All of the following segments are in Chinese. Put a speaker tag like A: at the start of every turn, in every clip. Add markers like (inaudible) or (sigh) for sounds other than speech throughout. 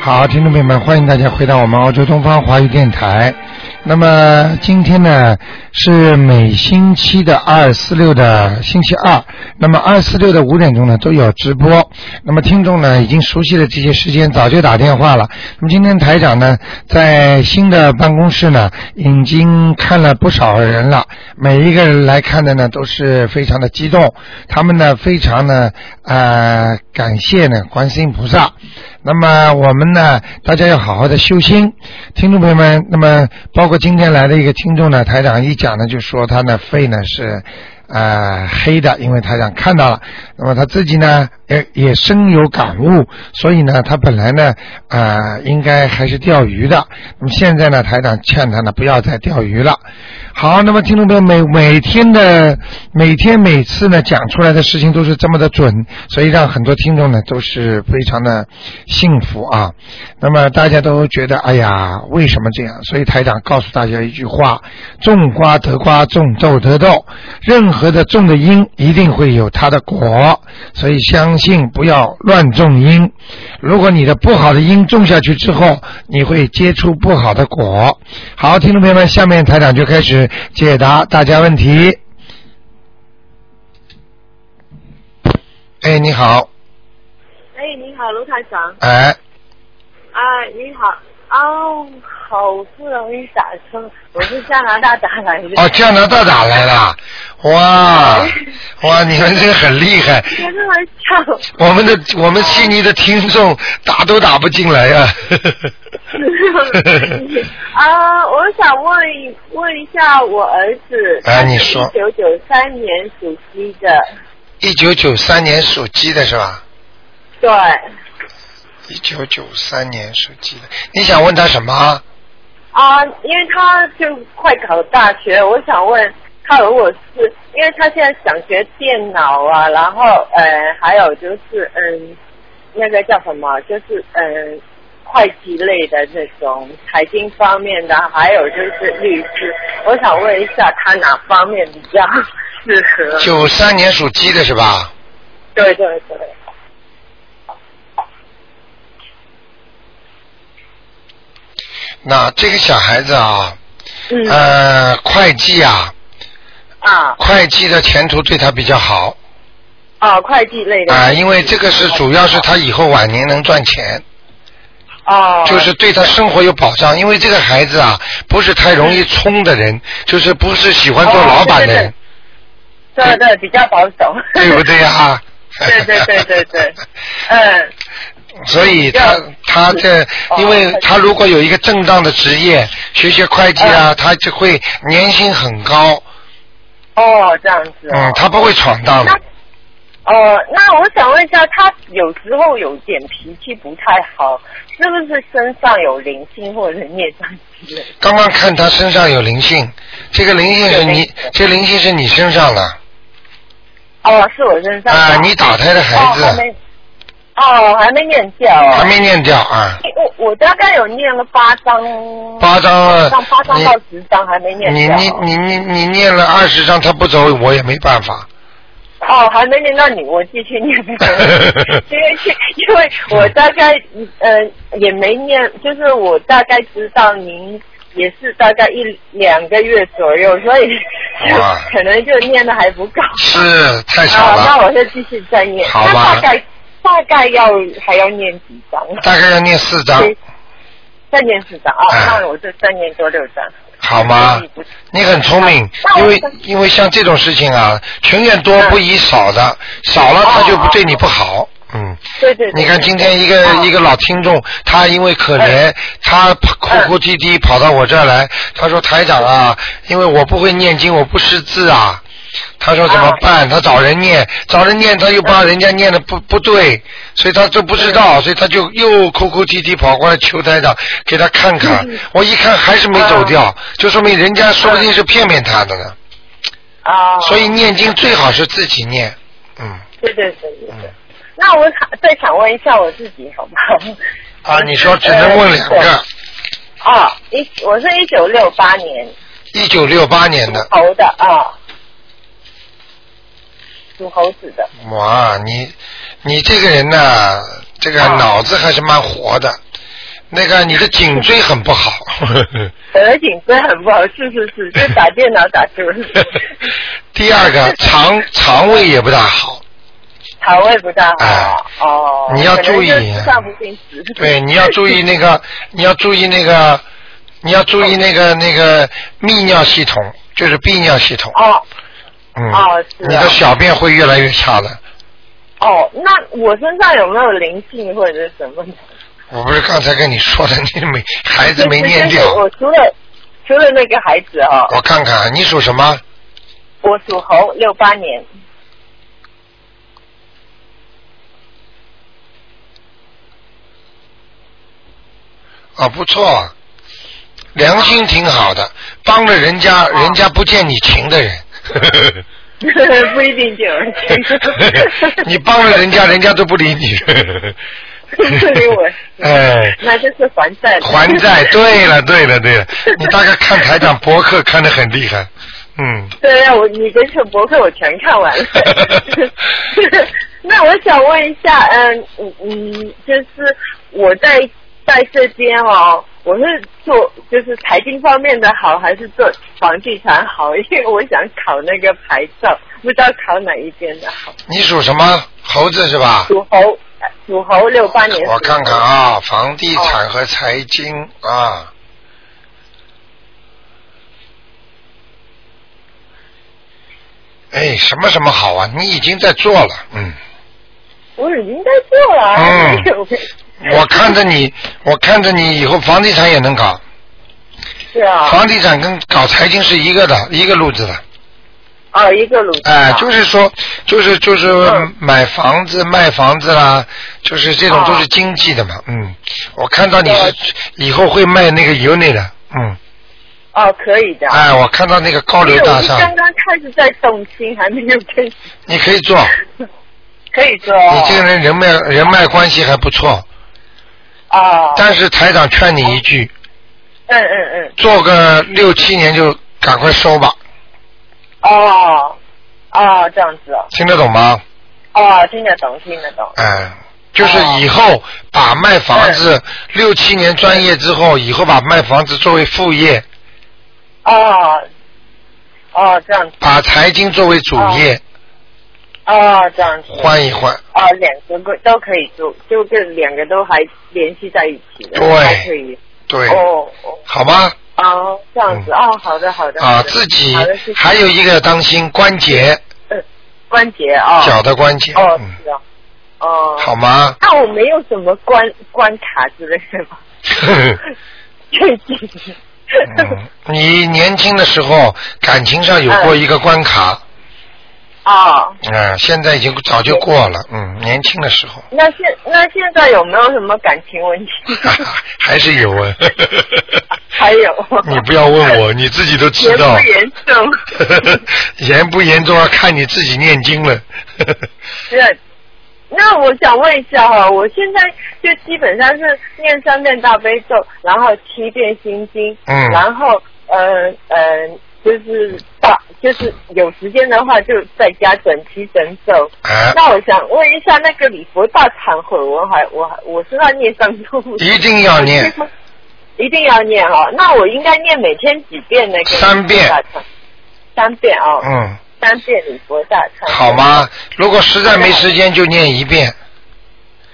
A: 好，听众朋友们，欢迎大家回到我们澳洲东方华语电台。那么今天呢是每星期的二、四、六的星期二，那么二、四、六的五点钟呢都有直播。那么听众呢已经熟悉了这些时间，早就打电话了。那么今天台长呢在新的办公室呢已经看了不少人了，每一个人来看的呢都是非常的激动，他们呢非常呢呃感谢呢观世音菩萨。那么我们呢，大家要好好的修心，听众朋友们。那么包括今天来的一个听众呢，台长一讲呢，就说他呢肺呢是呃黑的，因为台长看到了。那么他自己呢也也深有感悟，所以呢他本来呢啊、呃、应该还是钓鱼的。那么现在呢台长劝他呢不要再钓鱼了。好，那么听众朋友每每天的每天每次呢讲出来的事情都是这么的准，所以让很多听众呢都是非常的幸福啊。那么大家都觉得哎呀为什么这样？所以台长告诉大家一句话：种瓜得瓜，种豆得豆。任何的种的因一定会有它的果，所以相信不要乱种因。如果你的不好的因种下去之后，你会结出不好的果。好，听众朋友们，下面台长就开始解答大家问题。哎，你好，
B: 哎，你好，卢台长。
A: 哎，
B: 啊，你好。哦，好不容易打通，我是加拿大打来的。
A: 哦，加拿大打来
B: (laughs)
A: 了，哇，
B: 哎
A: 哇，你们这个很厉害，
B: 开个玩笑。
A: (laughs) 我们的我们悉尼的听众打都打不进来啊。
B: (laughs) 啊，我想问一问一下我儿子，
A: 哎你说
B: 一九九三年属鸡的，
A: 一九九三年属鸡的是吧？
B: 对，
A: 一九九三年属鸡的，你想问他什么？
B: 啊，因为他就快考大学，我想问他如果是，因为他现在想学电脑啊，然后呃，还有就是嗯，那个叫什么，就是嗯。会计类的那种财经方面的，还有就是律师，我想问一下他哪方面比较适合？
A: 九三年属鸡的是吧？
B: 对对对，
A: 那这个小孩子啊，
B: 嗯、
A: 呃，会计啊，
B: 啊
A: 会计的前途对他比较好
B: 啊，会计类的
A: 啊、因为这个是主要是他以后晚年能赚钱，
B: 哦，
A: 就是对他生活有保障。因为这个孩子啊，不是太容易冲的人，就是不是喜欢
B: 哦
A: 做老板的人，
B: 对对比较保守，
A: 对不对啊？
B: 对对对对 (laughs) 对，嗯
A: 所以他他这，
B: 哦
A: 因为他如果有一个正当的职业，学学会计
B: 嗯
A: 啊，他就会年薪很高，
B: 哦这样子哦，
A: 嗯，他不会闯荡的
B: 那。哦，那我想问一下，他有时候有点脾气不太好，是不是身上有灵性或者孽障之类的？
A: 刚刚看他身上有灵性，这个灵性是你，这灵性是你身上的
B: 哦，是我身上
A: 啊，
B: 的
A: 你打胎的孩
B: 哦，还
A: 子
B: 没，哦，还没念掉哦。
A: 还没念掉啊，
B: 我我大概有念了八张，
A: 八张了
B: 上八，张
A: 你
B: 到十张还没念
A: 你
B: 掉。
A: 你你你你念了二十张，他不走，我也没办
B: (laughs)
A: 法。
B: 哦，还没念到你，我继续念。
A: (laughs)
B: 因为因为我大概呃也没念，就是我大概知道您也是大概一两个月左右，所以 (laughs) 就
A: 哇
B: 可能就念的还不够。
A: 是太少
B: 啊，那
A: 了，
B: 我就继续再念。
A: 好吧
B: 那大概大概要还要念几张？啊
A: 大概要念四张，
B: 再念四张啊，
A: 哎
B: 那我就再念多六张。
A: 好吗
B: 所以不？
A: 你很聪明，因为因为像这种事情啊，全愿多不宜少的，少了他就不对你不好。嗯，
B: 对 (laughs) 对对。
A: 你看今天一个、
B: 啊哎
A: 一个老听众，他因为可怜，他哭哭啼啼跑到我这儿来，他说台长啊，
B: 嗯
A: 因为我不会念经，我不识字啊。他说怎么
B: 啊
A: 办？他找人念，找人念，他又
B: 嗯
A: 把人家念的不不对，所以他就不知道，所以他就又哭哭啼啼跑过来求台长给他看看。
B: 嗯
A: 我一看还是没走掉，就说明人家说不定是骗骗他的呢。
B: 啊，
A: 所以念经最好是自己念，嗯
B: 对对对对对
A: 嗯。
B: 那我想再想问一下我自己好不好？
A: 啊，你说只
B: 哎
A: 能问两个，
B: 啊，一我是一九六八年
A: 一九六八年的。
B: 猴的啊，属猴子的
A: 哇，你你这个人呐、这个
B: 啊
A: 脑子还是蛮活的，那个你的颈椎很不
B: (laughs)
A: 好，
B: 我的颈椎很不好，是是是，就打电脑打出来，
A: 第二个肠肠胃也不大好，
B: 肠胃不大
A: 哎
B: 好。哦，
A: 你要
B: 可能
A: 注意
B: 就是上不进食。
A: 对，你要注
B: (laughs)
A: 意那个，你要注意那个，你要注意那个那个泌尿系统，就是泌尿系统，
B: 哦
A: 嗯，
B: 哦是啊
A: 你的小便会越来越差的。
B: 哦，那我身上有没有灵性或者是什么？
A: 我不是刚才跟你说的，你没孩子没念掉
B: 就是，我除了除了那个孩子哦，
A: 我看看你属什么？
B: 我属猴，六八年。
A: 啊，不错，良心挺好的，帮了人家，人家不见你情的人。
B: 不一定就有人听
A: 你帮了人家，人家都不理你。
B: (laughs) 不理我
A: 哎，
B: 那就是还债。
A: 还债。。对 (laughs) 了，对了，对了，你大概看台长博客看得很厉害，嗯。
B: 对呀、我你这次博客我全看
A: (laughs)
B: 完了。那我想问一下，嗯嗯嗯，就是我在在这边哦，我是做就是财经方面的好，还是做房地产好？因为我想考那个牌照，不知道考哪一边的好。
A: 你属什么？猴子是吧？
B: 属猴，属猴六八年。
A: 我看看。啊，房地
B: 哦
A: 产和财经啊。哎，什么什么好啊？你已经在做了，嗯，
B: 我已经在做了啊。 (laughs)
A: 嗯我看着你，我看着你以后房地产也能搞，
B: 是啊。
A: 房地产跟搞财经是一个的，一个路子的。
B: 哦，一个鲁智
A: 哎、
B: 啊
A: 就是说，就是就是
B: 嗯
A: 买房子、卖房子啦，就是这种
B: 哦
A: 都是经济的嘛。嗯，我看到你
B: 对
A: 是以后会卖那个油内的，嗯，
B: 哦，可以的。
A: 哎，我看到那个高
B: 因
A: 楼
B: 为哎我
A: 大
B: 是
A: 厦，
B: 刚刚开始在动心，还没有开始，
A: 你可以做，
B: 可以做
A: 你这个人人脉人脉关系还不错，
B: 哦，
A: 但是台长劝你一句，
B: 嗯嗯嗯，
A: 做个六七年就赶快收吧，
B: 哦哦，这样子哦，
A: 听得懂吗？
B: 哦，听得懂，听得懂，
A: 嗯，就是以后把卖房子六七年专业之后，以后把卖房子作为副业，
B: 哦哦，这样子，
A: 把财经作为主业，
B: 哦这样子，
A: 换一换。
B: 哦，两个都都可以做，就跟两个都还联系在一起的，
A: 对
B: 还可以，
A: 对，
B: 哦哦
A: 好吗？
B: 哦，这样子，哦，好的好的，
A: 啊，
B: 好的
A: 自己
B: 好的，谢谢
A: 还有一个要当心关节，
B: 嗯关节哦，
A: 脚的关节，
B: 哦
A: 嗯，
B: 是哦，哦，
A: 好
B: (laughs)
A: 吗？
B: 那我没有什么关关卡之类的吗？ (laughs) 最近，
A: 嗯，你年轻的时候感情上有过一个关卡，
B: 哦，
A: 嗯，现在已经早就过了，嗯，年轻的时候
B: 那现那现在有没有什么感情问题？ (laughs)
A: 还是有啊。 (laughs)
B: 还有，
A: 你不要问我，你自己都知
B: (laughs) 严
A: 道
B: 不。严重？
A: 严不严重要看你自己念经了。 (laughs)
B: 对。那我想问一下哈，我现在就基本上是念三遍大悲咒，然后七遍心经，
A: 嗯
B: 然后嗯嗯、呃就是大就是有时间的话就在家整七整咒，
A: 啊，
B: 那我想问一下，那个礼佛大忏悔文还我还我是要念三度，
A: 一定要念，
B: (laughs) 一定要念哦。那我应该念每天几遍那个
A: 三遍
B: 礼佛大忏？三遍哦，
A: 嗯，
B: 三遍礼佛大忏。
A: 好？吗？如果实在没时间，就念一遍。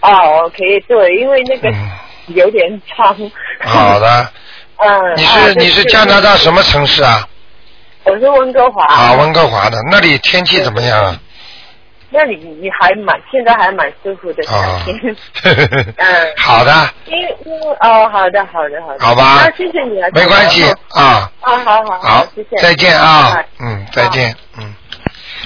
B: 哦，可以，对，因为那个
A: 嗯，
B: 有点长。
A: (laughs) 好。的。
B: 嗯。
A: 你
B: 啊
A: 是你是加拿？大什么城市啊？
B: 对对对我是温哥华。
A: 啊，温哥华的，那里天气怎么样啊？
B: 那里你还蛮现在还蛮舒服的，
A: 啊
B: 夏天。，
A: 嗯，好的，
B: 因为因为哦，好的好的好的。
A: 好吧
B: 那谢谢你啊。
A: 没关系
B: 然后
A: 啊，
B: 啊，好好
A: 好
B: 谢谢，，
A: 再见啊
B: 拜，
A: 嗯，再见，嗯。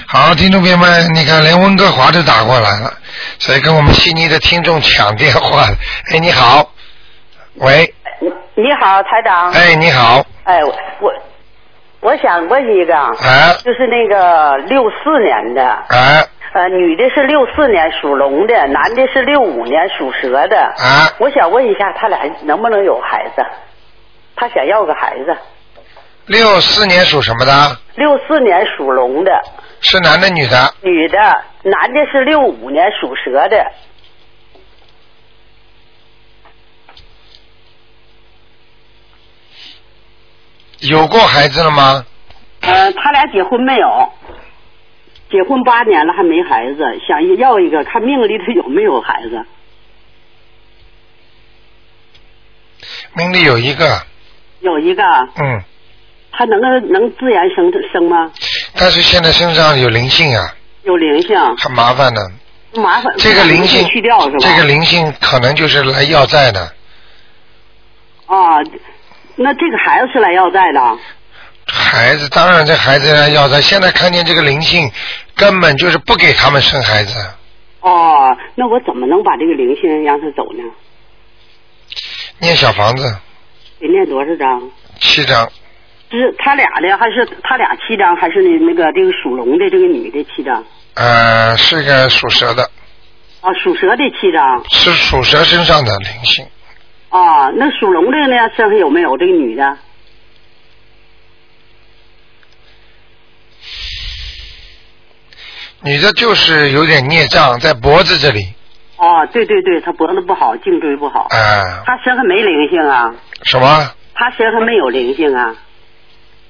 A: 好，听众朋友们，你看，连温哥华都打过来了，所以跟我们悉尼的听众抢电话了。哎，你好，喂，
C: 你好，台长。
A: 哎，你好，
C: 哎，我我我想问一个，
A: 哎，
C: 就是那个六四年的，
A: 哎，
C: 呃，女的是六四年属龙的，男的是六五年属蛇的。
A: 哎，
C: 我想问一下，他俩能不能有孩子？他想要个孩子。
A: 六四年属什么的？
C: 六四年属龙的
A: 是男的女的？
C: 女的，男的是六五年属蛇的。
A: 有过孩子了吗？
C: 呃，他俩结婚没有？结婚八年了还没孩子，想要一个，看命里头有没有孩子。
A: 命里有一个，
C: 有一个，
A: 嗯，
C: 他能能自然生生吗？
A: 但是现在身上有灵性啊，
C: 有灵性，
A: 很麻烦的。
C: 麻烦。
A: 这个灵性
C: 去掉是吧？
A: 这个灵性可能就是来要债的，
C: 啊，那这个孩子是来要债的。
A: 孩子当然这孩子来要债，现在看见这个灵性，根本就是不给他们生孩子。
C: 哦，那我怎么能把这个灵性让他走呢？
A: 念小房子
C: 得念多少张？
A: 七张，
C: 是他俩的，还是他俩七张，还是那那个这个属龙的这个女的七张？
A: 呃，是个属蛇的，
C: 啊，属蛇的七张。
A: 是属蛇身上的灵性，
C: 啊，那属龙的呢？身上有没有这个女的？
A: 女的就是有点孽障在脖子这里，
C: 哦，对对对，她脖子不好，颈椎不好。
A: 啊、
C: 她身上没灵性啊，
A: 什么？
C: 她身上没有灵性啊。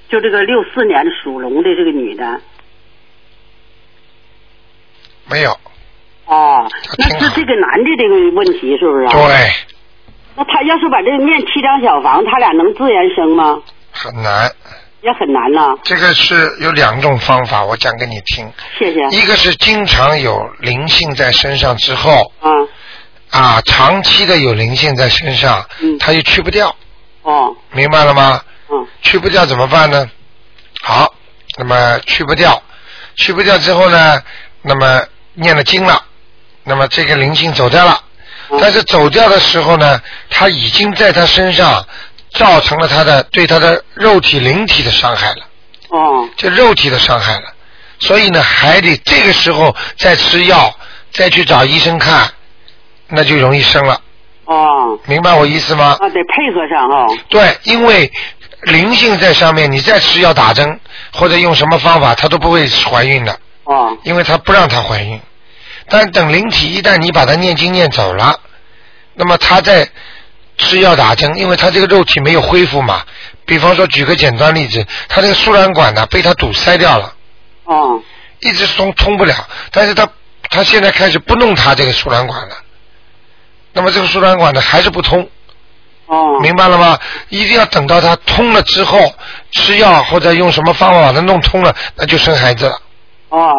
C: 就这个六四年属龙的这个女的，
A: 没有，
C: 哦，那
A: 挺好
C: 是这个男的这个问题是不是、啊？。
A: 对，
C: 那他要是把这个念七张小房，他俩能自然生吗？
A: 很难。
C: 也很难呐。
A: 这个是有两种方法，我讲给你听。
C: 谢谢。
A: 一个是经常有灵性在身上之后
C: 啊，
A: 啊，长期的有灵性在身上
C: 嗯，
A: 它就去不掉，
C: 哦，
A: 明白了吗？
C: 嗯，
A: 去不掉怎么办呢？好，那么去不掉，去不掉之后呢，那么念了经了，那么这个灵性走掉了，
C: 嗯
A: 但是走掉的时候呢，他已经在他身上造成了他的对他的肉体灵体的伤害了，
C: 哦，
A: 就肉体的伤害了，所以呢，还得这个时候再吃药，再去找医生看，那就容易生了，
C: 哦，
A: 明白我意思吗？
C: 啊，得配合上哦。
A: 对，因为灵性在上面，你再吃药打针或者用什么方法，它都不会怀孕的，
C: 哦，
A: 因为它不让它怀孕。但等灵体一旦你把它念经念走了，那么它在吃药打针，因为它这个肉体没有恢复嘛。比方说，举个简单例子，它这个输卵管呢被它堵塞掉了，
C: 哦，
A: 一直通通不了，但是它它现在开始不弄它这个输卵管了，那么这个输卵管呢还是不通。
C: 哦，
A: 明白了吗？一定要等到它通了之后，吃药或者用什么方法把它弄通了，那就生孩子了。
C: 哦。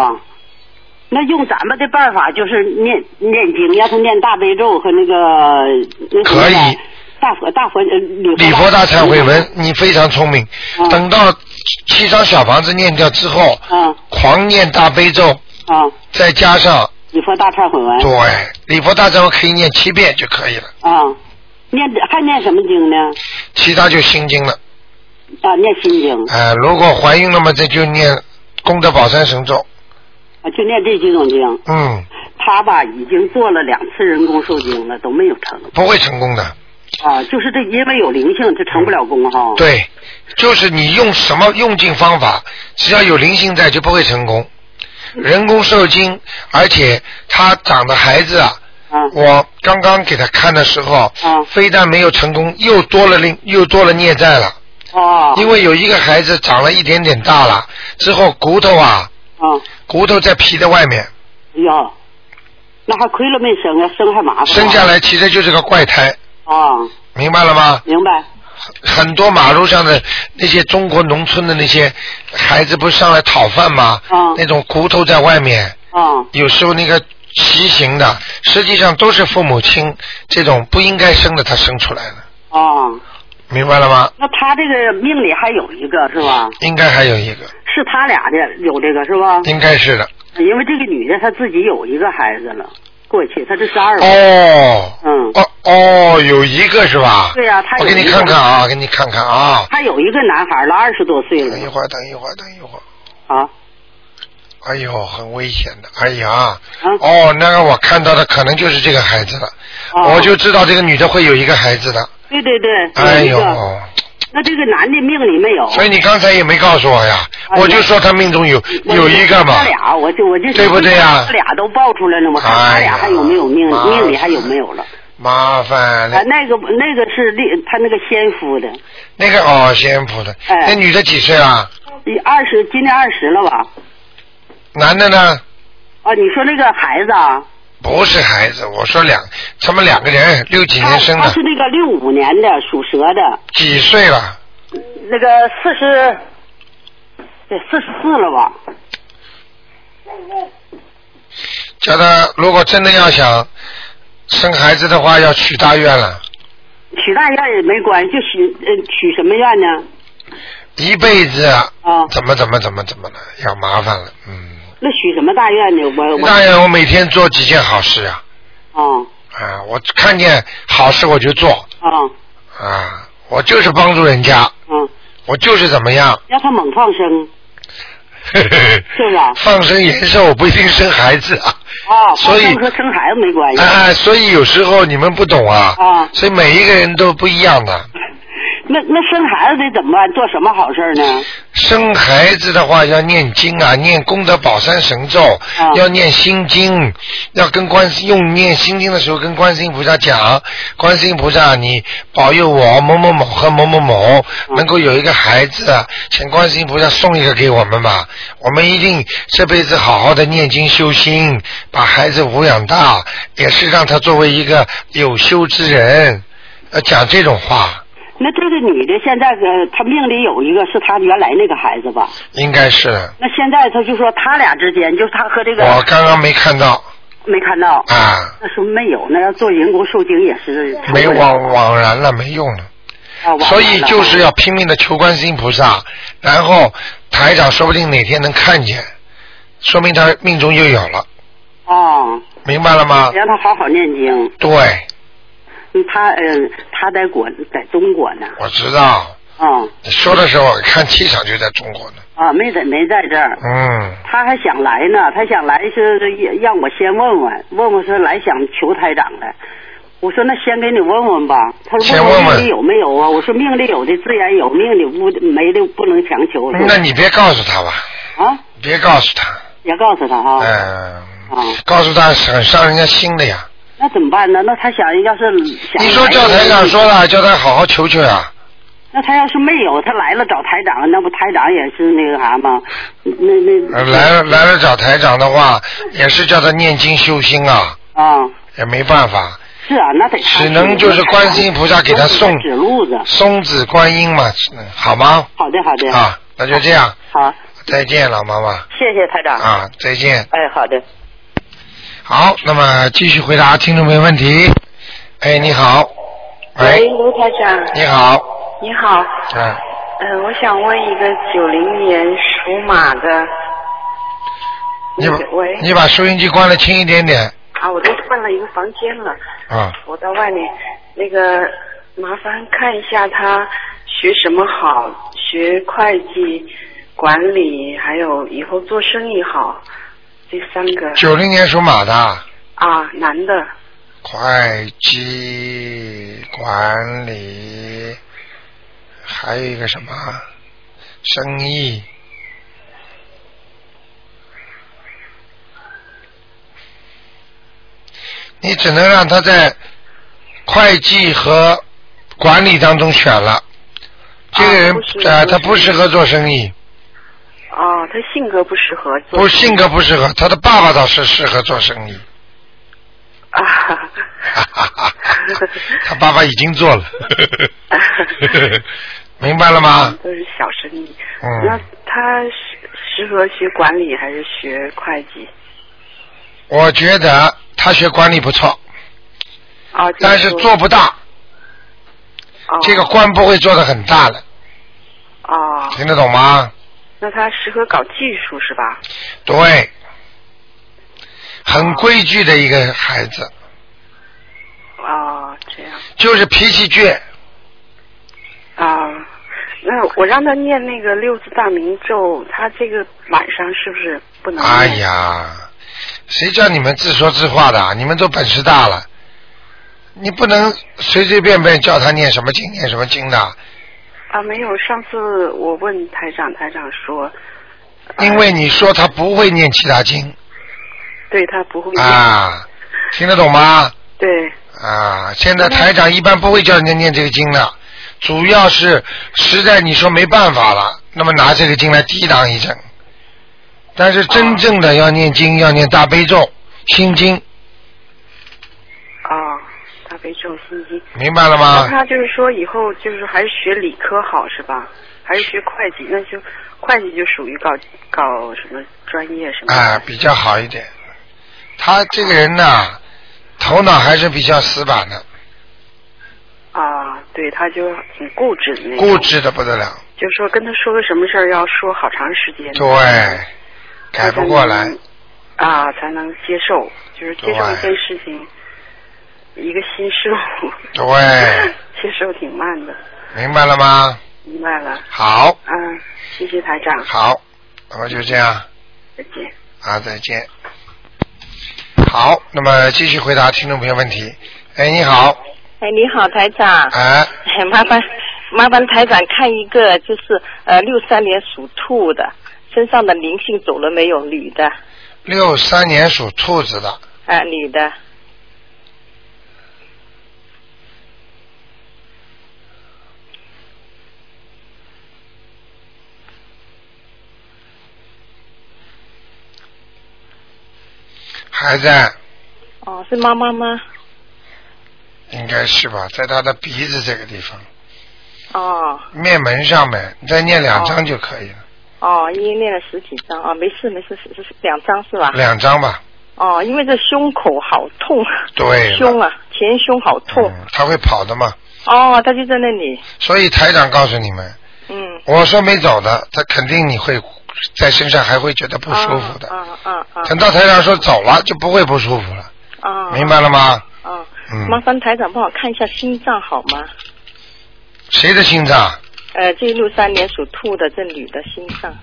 C: 那用咱们的办法就是念念经，让他念大悲咒和那个那什么
A: 可以
C: 来大佛大佛呃礼
A: 礼佛大忏悔文，你非常聪明。
C: 嗯
A: 等到七张小房子念掉之后，
C: 嗯
A: 狂念大悲咒，
C: 啊，
A: 再加上
C: 礼佛大忏悔文
A: 对礼佛大忏悔可以念七遍就可以了，
C: 啊，念还念什么经呢？
A: 其他就心经了。
C: 啊，念心经
A: 呃，如果怀孕了嘛，这就念功德宝山神咒。
C: 啊，就念这几种经。
A: 嗯，
C: 他吧已经做了两次人工受精了，都没有成
A: 不会成功的。
C: 啊，就是这因为有灵性，他成不了功哈。，
A: 对，就是你用什么用尽方法，只要有灵性在就不会成功。人工受精，而且他长的孩子啊，
C: 啊
A: 我刚刚给他看的时候，
C: 啊
A: 非但没有成功，又多了另又多了孽债了。
C: 哦，
B: 嗯
A: 因为有一个孩子长了一点点大了，之后骨头啊，
C: 啊，
A: 骨头在皮的外面，
C: 哎呀，那还亏了没生啊，生还麻烦。
A: 生下来其实就是个怪胎，
C: 啊，
A: 明白了吗？
C: 明白
A: 很多马路上的那些中国农村的那些孩子不是上来讨饭吗？
C: 嗯
A: 那种骨头在外面，
C: 啊
A: 有时候那个畸形的，实际上都是父母亲这种不应该生的，他生出来了，
C: 啊，
A: 明白了吗？
C: 那他这个命里还有一个是吧？
A: 应该还有一个，
C: 是他俩的有这个是吧？
A: 应该是的。
C: 因为这个女的她自己有一个孩子了，过去她这是二个。
A: 哦，
C: 嗯，
A: 哦哦，有一个是吧？
C: 对呀他
A: 我
C: 有
A: 给
C: 一个
A: 你看看啊，给你看看啊。
C: 她有一个男孩了，二十多岁
A: 等一
C: 了
A: 会儿，等一会儿，等一会儿。
C: 啊。
A: 哎呦，很危险的！哎呀，
C: 嗯
A: 哦，那个我看到的可能就是这个孩子了，
C: 哦
A: 我就知道这个女的会有一个孩子的。
C: 对对对，
A: 哎
C: 有一
A: 呦，
C: 个。哦那这个男的命里没有，
A: 所以你刚才也没告诉我呀，
C: 哎呀
A: 我就说他命中有
C: 我
A: 有一个嘛
C: 他。俩，我就我就
A: 对不对呀
C: 他俩都爆出来了嘛，我看
A: 哎
C: 他
A: 呀
C: 俩还有没有命？
A: 妈
C: 命里还有没有了？
A: 麻烦
C: 啊
A: 了，。
C: 那个那个是立他那个先夫的，
A: 那个哦，仙府的，
C: 哎
A: 那女的几岁啊？
C: 一二十，今年二十了吧？
A: 男的呢？
C: 哦，你说那个孩子啊，
A: 不是孩子，我说两，他们两个人六几
C: 他
A: 年生
C: 他
A: 的，
C: 哦是那个六五年的，属蛇的，
A: 几岁了？
C: 那个四十，对，四十四了吧？
A: 叫他如果真的要想生孩子的话，要许大愿了，
C: 许大愿也没关系，就许呃许什么愿呢？
A: 一辈子
C: 啊，
A: 怎么怎么怎么怎么了，要麻烦了。嗯，
C: 那许什么大愿呢？我我
A: 大愿我每天做几件好事啊
C: 啊
A: 啊！我看见好事我就做
C: 啊
A: 啊，我就是帮助人家，
C: 啊，
A: 我就是怎么样。
C: 让他猛放
A: (laughs)
C: 生是吧
A: 放生延寿不一定生孩子啊。
C: 啊，
A: 所以
C: 放生和生孩子没关系。
A: 啊，所以有时候你们不懂啊，
C: 哎啊
A: 所以每一个人都不一样的。
C: 那那生孩子得怎么办？做什么好事儿呢？
A: 生孩子的话要念经啊，念功德宝山神咒，
C: 啊
A: 要念心经，要跟观世用念心经的时候跟观世音菩萨讲，观世音菩萨你保佑我某某某和某某某
C: 嗯
A: 能够有一个孩子，啊请观世音菩萨送一个给我们吧，我们一定这辈子好好的念经修心，把孩子抚养大，也是让他作为一个有修之人，要讲这种话，
C: 那这个女的现在呃，她命里有一个是她原来那个孩子吧？
A: 应该是的。
C: 那现在她就说她俩之间，就是她和这个
A: 我刚刚没看到
C: 没看到，
A: 啊。
C: 那说没有，那要做人工受精也是
A: 没枉枉然了，没用了。
C: 啊，
A: 所以就是要拼命的求观世音菩萨，然后台长说不定哪天能看见，说明他命中又有了，
C: 啊，
A: 明白了吗？
C: 让她好好念经。
A: 对，
C: 嗯她嗯、她在国在中国呢，
A: 我知道。
C: 啊
A: 你说的时候，看气场就在中国呢。
C: 啊，没在没在这儿。
A: 嗯，
C: 她还想来呢，她想来是让我先问问，问问说来想求台长来。我说那先给你问问吧，她说
A: 先问问
C: 命里有没有啊？我说命里有的自然有，命里不没的不能强求。
A: 那你别告诉他吧，
C: 啊，
A: 别告诉他，
C: 也告诉她哈、
A: 嗯
C: 哦，
A: 告诉他是很伤人家心的呀。
C: 那怎么办呢？那她想要是啊哎想
A: 你说叫台长说了，叫他好好求求呀。
C: 那他要是没有，他来了找台长，那不台长也是那个啥吗？那那
A: 呃来了来了找台长的话，也是叫他念经修心啊，
C: 啊，
A: 也没办法。
C: 是啊，那得他
A: 只能就是观世音菩萨给他送
C: 指路子。
A: 松子观音嘛，嗯好吗？
C: 好的，好的，
A: 啊，那就这样，
C: 好，
A: 再见，老妈妈
C: 谢谢台长。
A: 啊，再见。
C: 哎，好的。
A: 好，那么继续回答听众朋友问题。哎，你好，
D: 喂，
A: 喂，
D: 卢台长，
A: 你好，
D: 你好，
A: 嗯，
D: 嗯、我想问一个九零年属马的，
A: 你把
D: 那个喂
A: 你把收音机关的轻一点点
D: 啊，我都换了一个房间了，
A: 啊。
D: 我到外面，那个麻烦看一下他学什么好，学会计、管理，还有以后做生意好，这三个
A: 九零年属马的，
D: 啊，男的，
A: 会计管理，还有一个什么生意。你只能让他在会计和管理当中选了。这个
D: 啊
A: 人
D: 不适合
A: 呃，
D: 做
A: 他不
D: 生意
A: 适合做生意，
D: 哦、他性格不适合做
A: 不性格不适合。他的爸爸倒是适合做生意，
D: 啊，
A: 哈哈哈哈他爸爸已经 (laughs) 做了，明白了吗？
D: 啊都是小生意。那
A: 嗯，
D: 他适适合学管理还是学会计？
A: 我觉得他学管理不错，
D: 啊，
A: 但是做不大，
D: 哦
A: 这个官不会做的很大的，
D: 哦，
A: 听得懂吗？
D: 那他适合搞技术是吧？
A: 对，
D: 啊
A: 很规矩的一个孩子，
D: 哦，这样
A: 就是脾气倔。
D: 啊、那我让他念那个六字大明咒，他这个晚上是不是不能
A: 哎
D: 念？
A: 呀，谁叫你们自说自话的啊？你们都本事大了，你不能随随便便叫他念什么经念什么经的。
D: 啊，没有，上次我问台长，台长说，呃
A: 因为你说他不会念其他经哎
D: 对他不会念，
A: 啊，听得懂吗？
D: 对，
A: 啊，现在台长一般不会叫人家念这个经的，主要是实在你说没办法了，那么拿这个经来抵挡一阵。但是真正的要念经，要念大悲咒、心经，
D: 啊，大悲咒心经。
A: 明白了吗
D: 那？他就是说以后就是还是学理科好是吧？还是学会计？那就会计就属于搞搞什么专业什么？
A: 啊，比较好一点。他这个人呐、头脑还是比较死板的，
D: 啊，对，他就挺固执的那种。
A: 固。执的不得了。
D: 就说跟他说个什么事儿，要说好长时间。
A: 对，改不过来。
D: 啊，才能接受，就是接受一件事情，一个新事物，
A: 对，
D: (laughs) 接受挺慢的，
A: 明白了吗？
D: 明白了。
A: 好，
D: 嗯，谢谢台长，
A: 好，那么就这样
D: 再见。
A: 啊，再见。好，那么继续回答听众朋友问题。哎，你好，
E: 哎，你好，台长。
A: 哎，
E: 哎， (laughs) 麻烦麻烦台长看一个，就是呃六三年属兔的，身上的灵性走了没有？女的，
A: 六三年属兔子的，
E: 啊、女的，
A: 还在，
E: 哦，是妈妈吗？
A: 应该是吧，在他的鼻子这个地方，
E: 哦
A: 面门上面，你再念两张就可以了，
E: 哦，已经念了十几张啊、没事没事，是是是两张是吧？
A: 两张吧。
E: 哦，因为这胸口好痛，
A: 对了
E: 胸啊，前胸好痛，
A: 嗯，他会跑的嘛，
E: 哦，他就在那里，
A: 所以台长告诉你们，
E: 嗯，
A: 我说没走的，他肯定你会在身上还会觉得不舒服的。
E: 啊啊啊
A: 等到台长说走了，就不会不舒服了，
E: 啊，
A: 明白了吗？
E: 啊，
A: 嗯
E: 麻烦台长帮我看一下心脏好吗？
A: 谁的心脏？
E: 呃，这六三年属兔的这女的心脏，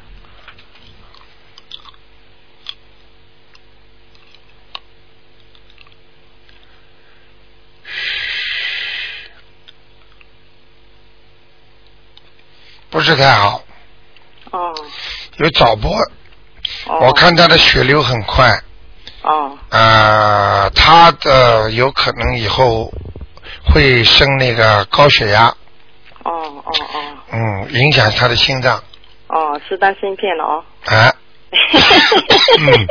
A: 不是太好，
E: 哦
A: 有早搏。
E: 哦，
A: 我看他的血流很快，
E: 哦
A: 呃，他的有可能以后会生那个高血压，
E: 哦哦哦
A: 嗯，影响他的心脏。
E: 哦，吃丹心片了 (laughs) 哦，
A: 啊，嗯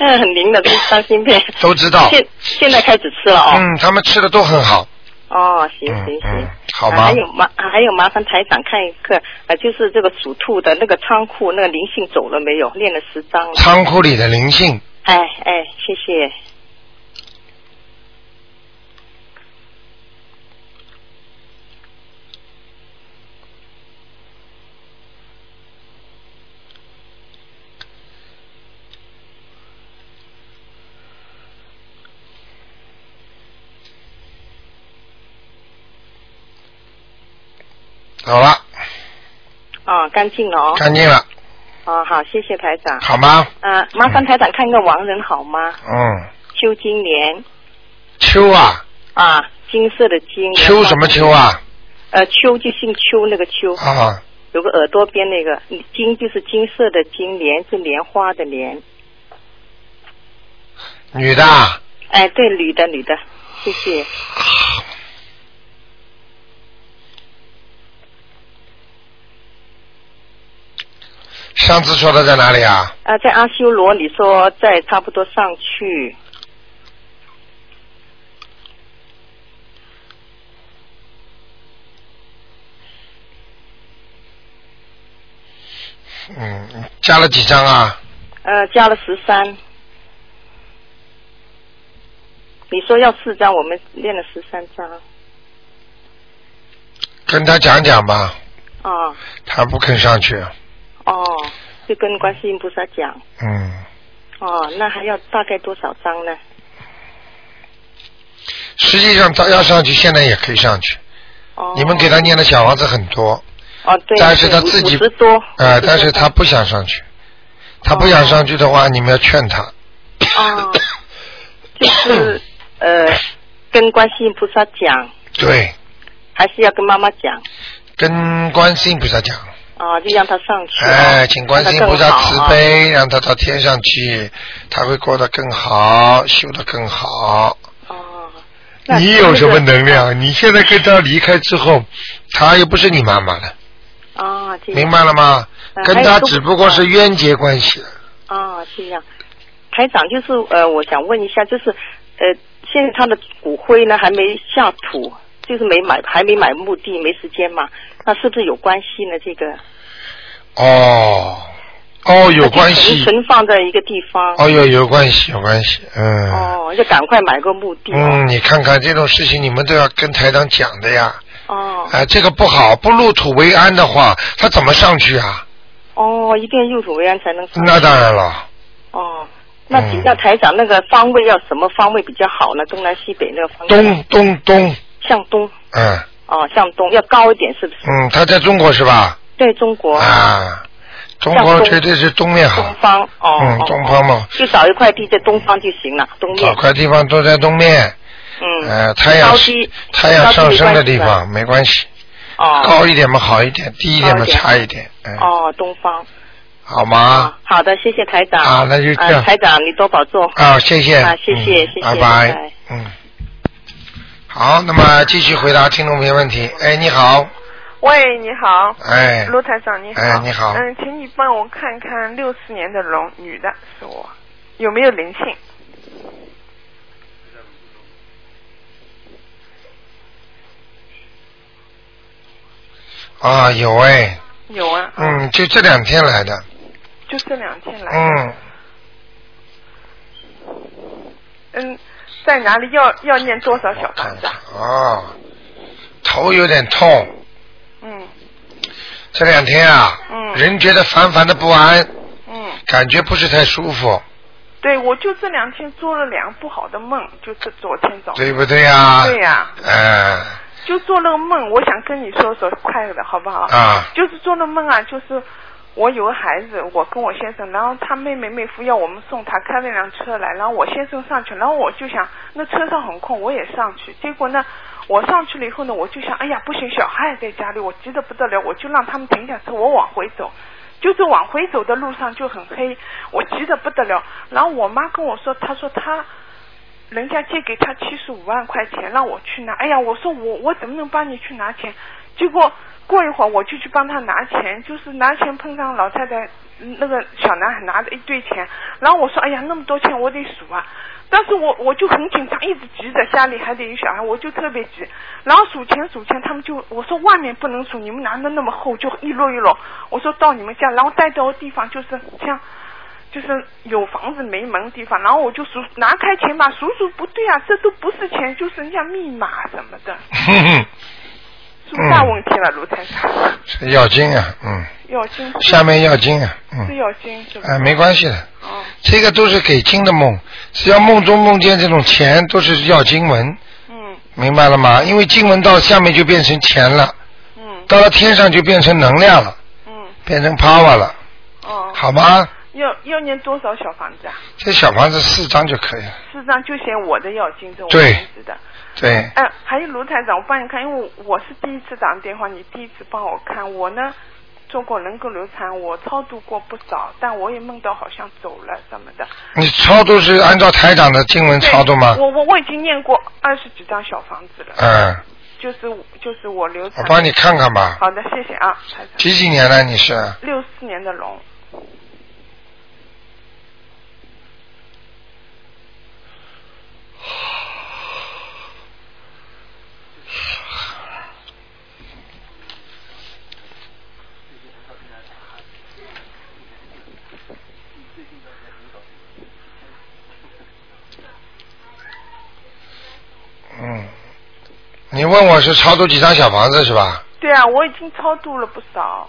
E: 嗯，很灵的，吃丹心片，
A: 都知道。
E: 现现在开始吃了哦，
A: 嗯，他们吃的都很好。
E: 哦，行
A: 嗯
E: 行
A: 嗯
E: 行，，
A: 好
E: 啊
A: 吗
E: 还？有麻还有麻烦台长看一个，呃，就是这个属兔的那个仓库那个灵性走了没有？练了十张了，
A: 仓库里的灵性，
E: 哎哎，谢谢，
A: 走了，
E: 哦，干净了哦，
A: 干净了，
E: 哦好，谢谢台长，
A: 好吗？
E: 呃，麻烦台长看一个亡人好吗？
A: 嗯，
E: 邱金莲。
A: 秋啊，
E: 啊，金色的金。
A: 秋什么秋？啊？
E: 呃，秋就姓邱那个邱，
A: 啊，
E: 有个耳朵边那个金就是金色的金，莲是莲花的莲。
A: 女的啊，
E: 哎，对，女的女的，谢谢。
A: 上次说的在哪里啊？
E: 啊，在阿修罗，你说在差不多上去。
A: 嗯，加了几张啊？
E: 呃，加了十三。你说要四张，我们练了十三张。
A: 跟他讲讲吧，
E: 哦
A: 他不肯上去。
E: 哦，就跟观世音菩萨讲。
A: 嗯，
E: 哦，那还要大概多少张呢？
A: 实际上他要上去，现在也可以上去。
E: 哦，
A: 你们给他念的小房子很多，
E: 哦，对，
A: 但是他
E: 对
A: 自己
E: 五十多，
A: 呃，
E: 50多
A: 但是他不想上去，他不想上去的话，你们要劝他。
E: 哦，就是呃，跟观世音菩萨讲，
A: 对，
E: 还是要跟妈妈讲
A: 跟观世音菩萨讲，
E: 啊、就让他上去。
A: 哎，请观世音菩萨
E: 让他更
A: 慈
E: 好啊。
A: 悲，让他到天上去，他会过得更好，修得更好。
E: 哦，
F: 那
A: 你有什么能量？你现在跟他离开之后，他又不是你妈妈了，
E: 哦，这样
A: 明白了吗？
E: 嗯
A: 跟
E: 还有
A: 他
E: 都
A: 只不过是冤结关系。
E: 哦，这样。台长，就是呃，我想问一下，就是呃，现在他的骨灰呢还没下土，就是没买，还没买墓地，没时间嘛，那是不是有关系呢？这个
A: 哦，哦，有关
E: 它就
A: 系
E: 存，存放在一个地方。
A: 哦有有关系，有关系，嗯。
E: 哦，就赶快买个墓地哦。
A: 嗯，你看看这种事情，你们都要跟台长讲的呀。
E: 哦
A: 哎，这个不好，不入土为安的话，他怎么上去啊？
E: 哦，一定要入土为安才能上。
A: 那当然了，
E: 哦，那
A: 嗯
E: 请教台长，那个方位要什么方位比较好呢？东南西北那个方位。
A: 东东东，
E: 向东。
A: 嗯
E: 哦，向东要高一点，是不是？
A: 嗯，他在中国是吧？
E: 对中国。
A: 啊，中国
E: 向东
A: 绝对是东面
E: 东
A: 好，
E: 方哦，
A: 嗯
E: 哦
A: 东方嘛
E: 就找一块地在东方就行了，东
A: 找
E: 面，
A: 块地方都在东面，
E: 嗯，
A: 呃，太阳
E: 高低
A: 太阳上升的地
E: 高
A: 方没关系，
E: 哦，
A: 高一点嘛好一点，低一点嘛
E: 高一点
A: 差一点，嗯，
E: 哦，东方，
A: 好吗？，
E: 好的，谢谢台长，
A: 啊那就这样
E: 呃台长你多保重，
A: 啊，谢谢，
E: 啊谢谢
A: 嗯
E: 谢谢
A: 拜
E: 拜拜
A: 嗯。好，那么继续回答听众朋友问题。哎，你好，
G: 喂，你好，
A: 哎，
G: 卢台长，你好。
A: 哎你好
G: 嗯，请你帮我看看六四年的龙，女的是我，有没有灵性？
A: 啊，有哎，
G: 有啊。啊。
A: 嗯，就这两天来的，
G: 就这两天来的。
A: 嗯，
G: 嗯。在哪里要要念多少小
A: 我
G: 房
A: 看
G: 子
A: 看
G: 啊？
A: 哦，头有点痛，
G: 嗯
A: 这两天啊，
G: 嗯
A: 人觉得烦烦的不安，
G: 嗯，
A: 感觉不是太舒服，
G: 对，我就这两天做了两个不好的梦，就是昨天早上。
A: 对不对呀？
G: 对呀、
A: 呃，
G: 就做了个梦，我想跟你说说快乐的好不好？
A: 啊
G: 就是做了梦啊，就是我有个孩子，我跟我先生，然后他妹妹妹夫要我们送他开了辆车来，然后我先生上去，然后我就想那车上很空，我也上去。结果呢，我上去了以后呢，我就想，哎呀，不行，小孩也在家里，我急得不得了，我就让他们停下车，我往回走。就是往回走的路上就很黑，我急得不得了。然后我妈跟我说，她说她人家借给他七十五万块钱，让我去拿。哎呀，我说我我怎么能帮你去拿钱？结果过一会儿我就去帮他拿钱，就是拿钱碰上老太太嗯那个小男孩拿着一堆钱，然后我说哎呀那么多钱我得数啊，但是我我就很紧张，一直急着家里还得有小孩，我就特别急。然后数钱数钱，他们就我说外面不能数，你们拿的那么厚就一摞一摞。我说到你们家，然后带到的地方就是像。就是有房子没门地方，然后我就数拿开钱吧，数数不对啊，这都不是钱，就是人家密码什么的，
A: 哼哼，
G: 出大问题了，卢台长，
A: 是要经啊，嗯，
G: 要经
A: 下面要经啊，嗯
G: 是，要经是吧？
A: 哎，没关系的，
G: 哦，
A: 这个都是给经的梦，只要梦中梦见这种钱，都是要经文，
G: 嗯
A: 明白了吗？因为经文到下面就变成钱了，
G: 嗯
A: 到了天上就变成能量了，
G: 嗯，
A: 变成 power 了，
G: 哦，
A: 好吗？
G: 要要念多少小房子啊？
A: 这小房子四张就可以了。
G: 四张就写我的要经，这我
A: 对
G: 名字的。
A: 对，
G: 哎，还有卢台长，我帮你看，因为我是第一次打电话，你第一次帮我看。我呢做过人工流产，我超度过不少，但我也梦到好像走了什么的。
A: 你超度是按照台长的经文
G: 对
A: 超度吗？
G: 我我我已经念过二十几张小房子了，
A: 嗯，
G: 就是就是我流
A: 我
G: 产。
A: 帮你。看看吧。
G: 好的，谢谢啊，台长。
A: 几几年的你是？
G: 六四年的龙，
A: 嗯，你问我是超度几张小房子是吧？
G: 对啊，我已经超度了不少，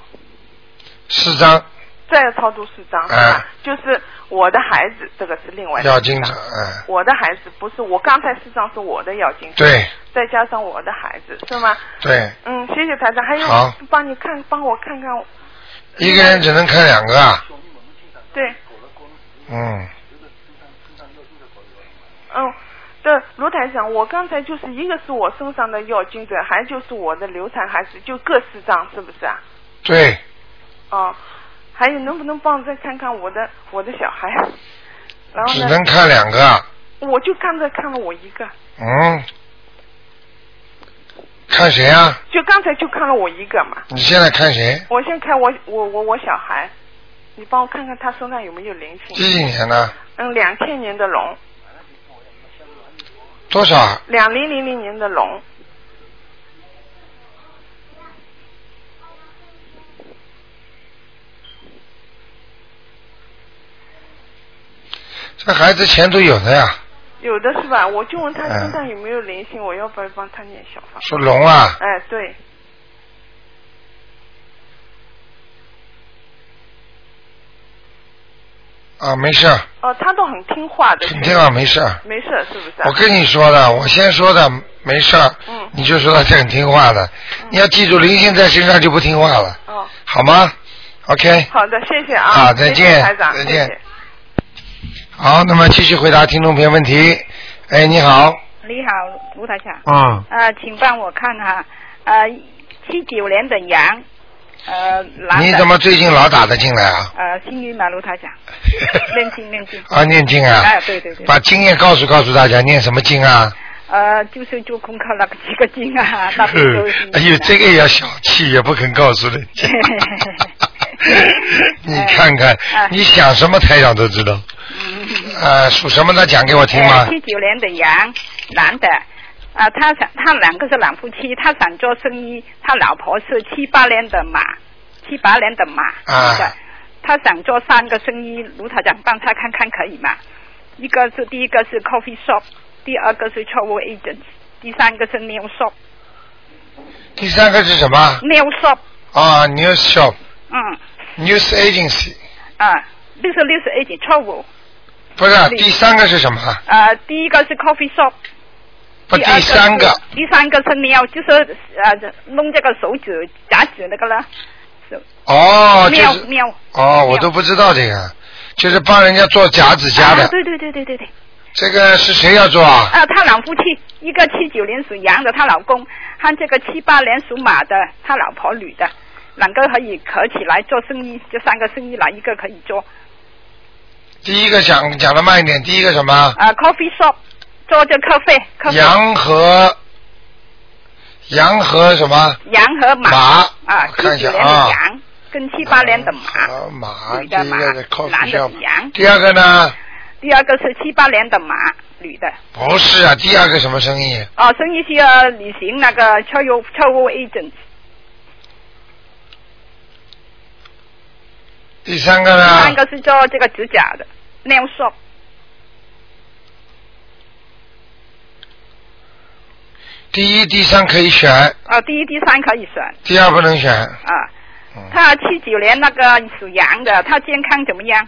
A: 四张
G: 再超度四张，是吧？就是我的孩子，这个是另外的
A: 嗯要
G: 四
A: 经
G: 张
A: 者，嗯，
G: 我的孩子不是我刚才四张是我的要经，
A: 对
G: 再加上我的孩子是吗？
A: 对，
G: 嗯，谢谢台长，还有
A: 好
G: 帮你看，帮我看看，
A: 一个人只能看两个啊，
G: 对，
A: 嗯，
G: 嗯，对，卢台长，我刚才就是一个是我身上的药精者，还就是我的流产孩子，就各四张，是不是啊？
A: 对，
G: 哦，还有能不能帮我再看看我的我的小孩？然后
A: 只
G: 呢，
A: 能看两个啊，
G: 我就刚才看了我一个，
A: 嗯，看谁啊？
G: 就刚才就看了我一个嘛。
A: 你现在看谁？
G: 我先看我我我我小孩，你帮我看看他身上有没有灵
A: 几
G: 性。
A: 几年的？
G: 嗯，两千年的龙，
A: 多少啊？
G: 两零零零年的龙，
A: 这孩子钱都有的呀，
G: 有的是吧？我就问他
A: 嗯
G: 身上有没有灵性，我要不要帮他念小房？
A: 属龙啊，
G: 哎，对，
A: 啊，没事儿，
G: 哦，他都很听话的，
A: 肯定啊，没事儿。
G: 没事是不是啊？
A: 我跟你说的，我先说的没事儿，
G: 嗯
A: 你就说他挺听话的。你要记住，灵性在身上就不听话了，
G: 哦，
A: 好吗？OK，
G: 好的，谢谢啊，
A: 好再
G: 谢谢
A: 见
G: 台长，
A: 再
G: 谢
A: 见
G: 谢
A: 好，那么继续回答听众朋友问题。哎，你好，
F: 你好，卢台长。
A: 嗯，
F: 呃，请帮我看哈，呃，七九年的羊，呃，男的。
A: 你怎么最近老打得进来啊？
F: 呃，幸运嘛，卢台
A: (laughs)
F: 长，念经念经。
A: 啊，念经啊，
F: 哎，对对对。
A: 把经验告诉告诉大家，念什么经啊？
F: 呃，就是做功课那个几个经啊，那不都是。
A: 哎呦，这个
F: (laughs)
A: 也要小气，也不肯告诉人家。你看看，
F: 哎
A: 你想什么台长都知道。哎呃，属什么的讲给我听吗？
F: 呃七九年的羊，男的。啊、他想他两个是两夫妻，他想做生意，他老婆是七八年的马，七八年的马，
A: 啊
F: 是的他想做三个生意，卢台长帮他看看可以吗？一个是第一个是 coffee shop，第二个是 travel agent，第三个是 nail shop，
A: 第三个是什么？
F: nail shop，
A: 啊，news shop，news
F: 嗯
A: agency，
F: 啊，六十六十 agent travel，
A: 不是啊
F: 对
A: 第三个是什么？啊
F: 呃，第一个是 coffee shop，
A: 不，
F: 二
A: 第
F: 个是
A: 三个，
F: 第三个是尿，就是呃弄这个手指夹指那个了，手
A: 哦，就
F: 尿
A: 是
F: 尿
A: 哦，我
F: 尿
A: 都不知道这个，啊就是帮人家做假指甲
F: 啊
A: 的，
F: 对对对对对对，
A: 这个是谁要做啊？
F: 啊，她老夫妻一个七九年属羊的，她老公和这个七八年属马的，她老婆女的，两个可以合起来做生意，就三个生意哪一个可以做？
A: 第一个讲讲的慢一点，第一个什么？
F: 啊，coffee shop 做这咖啡，咖啡
A: 羊和羊和什么？
F: 羊和马
A: 马
F: 啊，
A: 我
F: 七
A: 看一下
F: 九年
A: 啊
F: 的羊跟七八年的马，
A: 和呃马，
F: 女
A: 第
F: 的
A: 一
F: 马
A: 个是 coffee
F: 男的
A: shop
F: 羊
A: 第二个呢？
F: 第二个是七八年的马女的。
A: 不是啊，第二个什么生意？
F: 哦，生意是要履行那个 travel travel agent，
A: 第三个
F: 第
A: 呢？
F: 三个是做这个指甲的 nail shop。
A: 第一、第三可以选，
F: 哦，第一、第三可以选
A: 第二不能选。
F: 啊。
A: 嗯
F: 他七九年那个属羊的，他健康怎么样？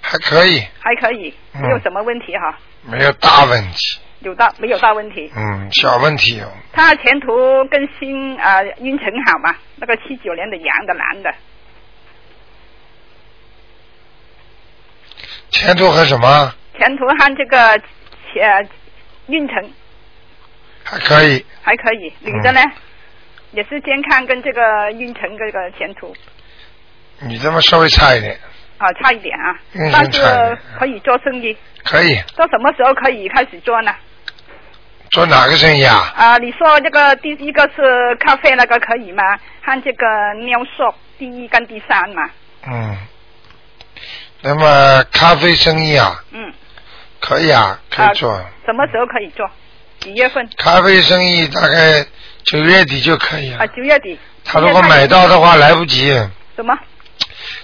A: 还可以，
F: 还可以，
A: 嗯
F: 没有什么问题哈，
A: 没有大问题，
F: 有大没有大问题。
A: 嗯，小问题有。
F: 他前途跟新啊运程好嘛？那个七九年的羊的男的，
A: 前途和什么
F: 前途和这个呃运程
A: 还可以，
F: 还可以，女的呢？也是健康跟这个运程这个前途
A: 你这么稍微差一点，
F: 啊差一点啊
A: 运程，
F: 但
A: 嗯差一
F: 是
A: 点哎
F: 可以做生意，
A: 可以
F: 到什么时候可以开始做呢？
A: 做哪个生意啊？
F: 啊，你说这个第一个是咖啡那个可以吗？和这个尿素第一跟第三嘛，
A: 嗯，那么咖啡生意啊，
F: 嗯，
A: 可以啊，可以做。
F: 啊什么时候可以做？几月份？
A: 咖啡生意大概九月底就可以了。
F: 啊，九月底。
A: 他如果买到的话来不及，
F: 什么？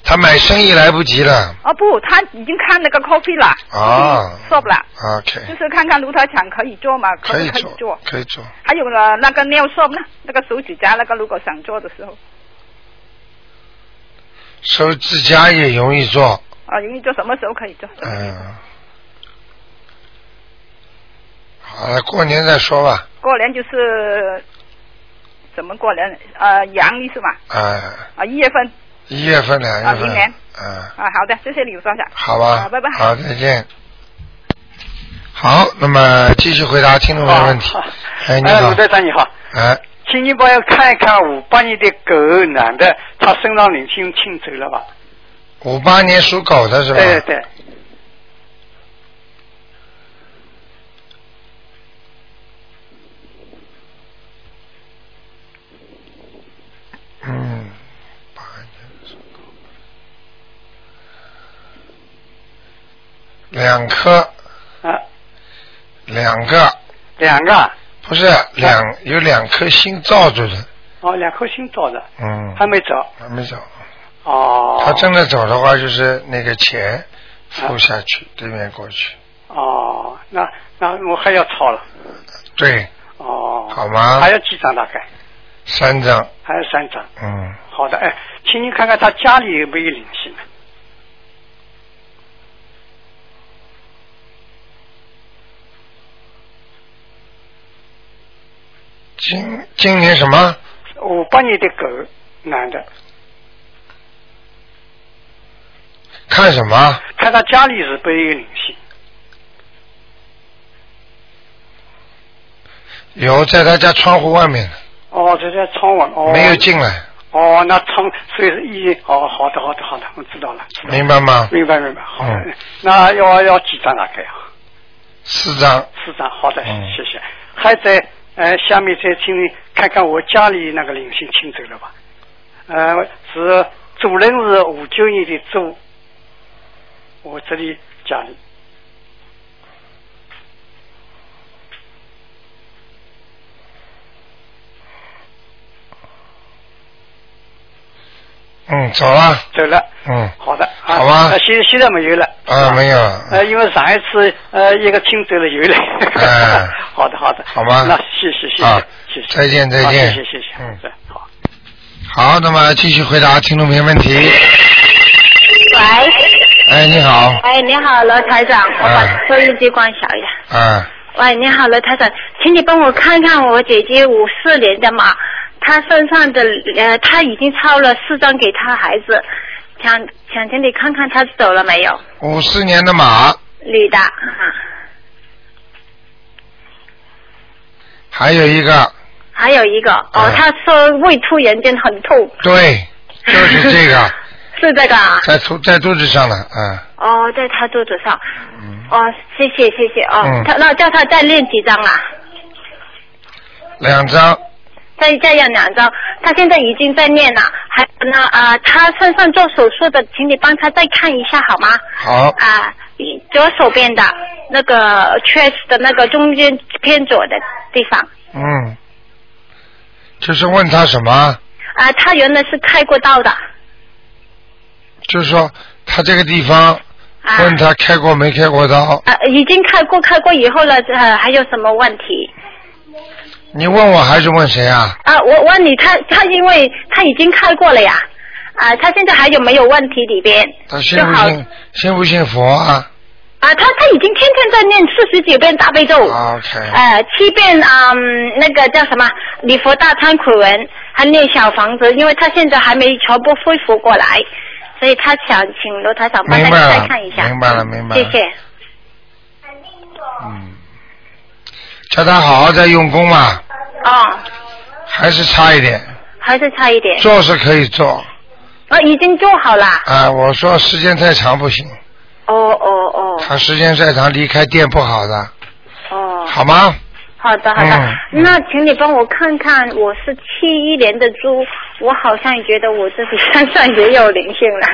A: 他买生意来不及了。
F: 哦不，他已经看那个 coffee 了，
A: 啊
F: 已经 stop 了，就
A: OK，
F: 是看看卢台厂可以做嘛，可
A: 哎可以
F: 不可以
A: 做
F: 做？，
A: 可以做。
F: 还有呢，那个尿素呢，那个手指甲那个，如果想做的时候，
A: 手指甲也容易做，
F: 啊，容易做什么时候可以做？
A: 嗯。好了，过年再说吧。
F: 过年就是怎么过年？呃，阳历是吧？
A: 啊，
F: 啊，一月份
A: 一月份、两月
F: 啊明
A: 份
F: 年，
A: 嗯，
F: 啊，好的，谢谢你卢台长。
A: 好吧，
F: 啊好，拜拜。
A: 好，再见。好，那么继续回答听众的问题。
H: 啊
A: 哎，你
H: 哎，
A: 好
F: 呃
H: 鲁，队长你好，
A: 哎，
H: 请你帮我看一看五八年的狗男的，他身上灵性清走了吧？
A: 五八年属狗的是吧？
H: 对对对，
A: 嗯两颗，
H: 啊，
A: 两个，
H: 两个啊，
A: 不是两有两颗心罩住的，
H: 哦，两颗心照的，
A: 嗯，
H: 还没走，
A: 还没走。
H: 哦，
A: 他真的走的话，就是那个
H: 啊
A: 钱付下去，对面过去，
H: 哦，那那我还要抄了，
A: 对，
H: 哦，
A: 好吗
H: 还要几张大概？
A: 三张，
H: 还有三张。
A: 嗯，
H: 好的，哎，请您看看他家里有没有灵性呢？
A: 今今年什么？
H: 五八年的狗，男的，
A: 看什么？
H: 看他家里是不是有灵性？
A: 有在他家窗户外面，
H: 哦，这在窗外哦，
A: 没有进来，
H: 哦，那窗，所以是一哦，好的，好的，好的，我知道了，知道了
A: 明白吗？
H: 明白明白，好的，
A: 嗯
H: 那要要几张大概啊？
A: 四张，
H: 四张，好的，
A: 嗯
H: 谢谢。还在呃，下面再请你看看我家里那个灵性清走了吧？呃，是主人是五九年的猪，我这里家里
A: 嗯，走了，
H: 走了，
A: 嗯，
H: 好的，啊、
A: 好吧
H: 呃现现在没有了。
A: 啊，没有，
H: 呃，因为上一次呃一个清走了有了。
A: 哎
H: (laughs) 好的好的。
A: 好吗
H: 那谢谢谢
A: 啊
H: 谢谢谢。
A: 再见再
H: 好
A: 见
H: 谢谢谢谢。
A: 嗯
H: 是，好。
A: 好，那么继续回答听众朋友问题。
I: 喂，
A: 哎，你好，
I: 哎，你好，罗台长，我把
A: 嗯
I: 收音机关小一点。
A: 啊，
I: 喂，你好，罗台长，请你帮我看看我姐姐五四年的马，她身上的呃，她已经抄了四张给她孩子，想想请你看看她走了没有，
A: 五四年的马，
I: 女的，啊
A: 还有一个，
I: 还有一个哦
A: 嗯，
I: 她说胃突然间很痛，
A: 对，就是这
I: (laughs)
A: 个，
I: 是这个啊？
A: 在肚在肚子上了，啊，
I: 哦，在她肚子上，
A: 嗯，
I: 哦，谢谢谢谢哦
A: 嗯，
I: 她那叫她再练几张啊？
A: 两张，
I: 再再要两张，他现在已经在念了。还有呢，啊，他身上做手术的，请你帮他再看一下好吗？
A: 好，
I: 啊、左手边的那个缺的那个中间偏左的地方。
A: 嗯，就是问他什么？
I: 啊、他原来是开过刀的。
A: 就是说他这个地方，
I: 啊、
A: 问他开过没开过刀？
I: 啊、已经开过，开过以后了，呃，还有什么问题？
A: 你问我还是问谁啊？
I: 啊、我我问你，他他因为他已经开过了呀，啊、他现在还有没有问题里边？
A: 他信不
I: 就好
A: 信信不信佛啊
I: 啊、他他已经天天在念四十九遍大悲咒。
A: 啊？OK，
I: 呃，七遍嗯，那个叫什么礼佛大忏悔文，还念小房子，因为他现在还没全部恢复过来，所以他想请罗台长帮
A: 明
I: 他
A: 白了
I: 再看一下。
A: 明白了明白了
I: 谢谢。
A: 嗯，叫他好好再用功嘛，
I: 哦，
A: 还是差一点，
I: 还是差一点。
A: 做是可以做
I: 哦，已经做好了。
A: 啊。我说时间太长不行，
I: 哦哦哦
A: 他时间太长离开店不好的，
I: 哦。
A: 好吗？
I: 好的，好的。
A: 嗯
I: 那请你帮我看看，我是七一年的猪，我好像觉得我自己 (laughs) 身上也有灵性了。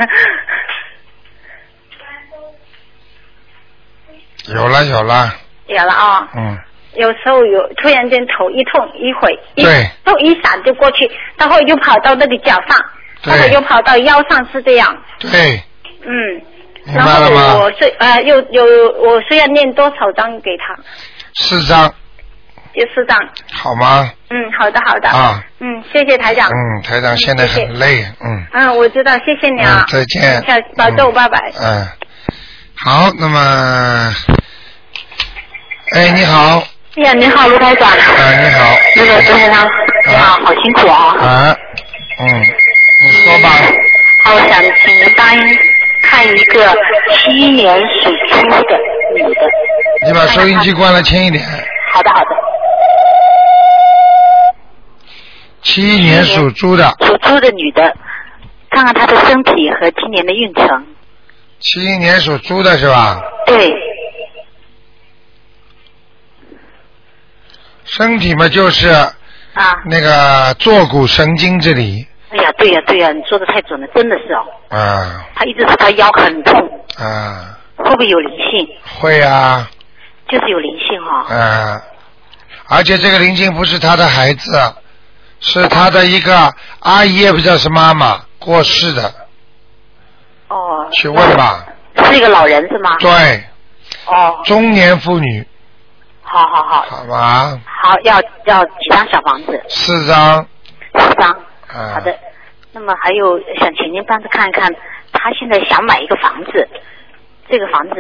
I: (laughs)
A: 有了有了，
I: 有了啊、哦。
A: 嗯，
I: 有时候有突然间头一痛一会，一
A: 对
I: 痛一闪就过去，然后又跑到那个脚上，
A: 对
I: 然后又跑到腰上，是这样。
A: 对，
I: 嗯，
A: 明
I: 然
A: 白
I: 后
A: 了
I: 我
A: 吗？
I: 是呃，有有我是要念多少张给他？
A: 四张，
I: 有四张。
A: 好吗？
I: 嗯，好的好的。
A: 啊。
I: 嗯，谢谢台长。
A: 嗯，台长现在很累，嗯。
I: 嗯，我知道，谢谢你啊
A: 嗯。再见
I: 下保
A: 嗯
I: 重，拜拜。
A: 嗯，好，那么，哎，你好，
I: 哎呀，你好，卢台长。
A: 啊、你好，
I: 那个卢台长，哎
A: 你好
I: 好辛苦啊
A: 啊，嗯，你说吧，
I: 好，我想请您帮看一个七一年属猪的女的。
A: 你把收音机关了，轻一点。
I: 好的，好的。
A: 七一年属猪的，
I: 属猪的女的，看看她的身体和今年的运程。
A: 七一年属猪的是吧？
I: 对，
A: 身体嘛，就是
I: 啊，
A: 那个坐骨神经这里
I: 哎呀，对呀，对呀，你说的太准了，真的是哦，
A: 啊
I: 她一直说她腰很痛，
A: 啊，
I: 啊，
J: 会不会有灵性？
A: 会啊，
J: 就是有灵性哦哈、
A: 嗯，而且这个灵性不是他的孩子，是他的一个阿姨，也不知道是妈妈过世的，
J: 哦，啊
A: 去问吧。
J: 是一个老人是吗？
A: 对，
J: 哦，
A: 中年妇女，
J: 好好好，
A: 好吧，
J: 好，要要几张小房子？
A: 四张，
J: 四张。
A: 啊、
J: 好的，那么还有想请您帮他看一看，他现在想买一个房子，这个房子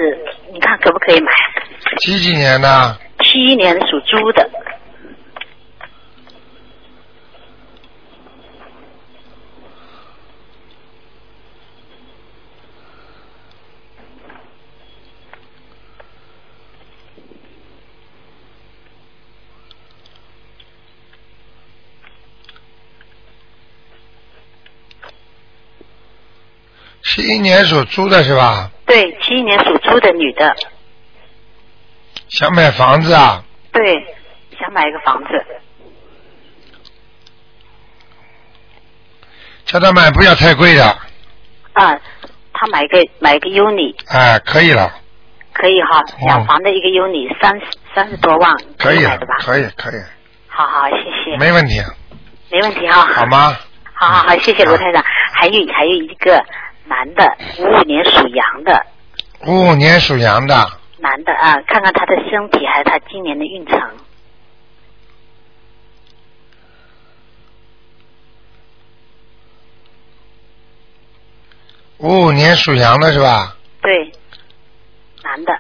J: 你看可不可以买？
A: 几几年的？
J: 七一年属猪的，
A: 七一年属猪的是吧？
J: 对，七一年属猪的女的，
A: 想买房子啊？
J: 对，想买一个房子，
A: 叫他买不要太贵的，
J: 啊，他买一个买一个 uni
A: 哎，可以了，
J: 可以哈，
A: 嗯
J: 两房的一个 uni 三十三十多万，
A: 可以
J: 买
A: 了
J: 的吧，？
A: 可以，可以，
J: 好好，谢谢，啊
A: 没问题，
J: 没问题哈，
A: 好嗯吗？
J: 好好好，谢谢罗台长。还有还有一个男的，五五年属羊的
A: 五五年属羊的，
J: 男的啊，看看他的身体还有他今年的运程。
A: 五五年属羊的是吧？
J: 对，男的，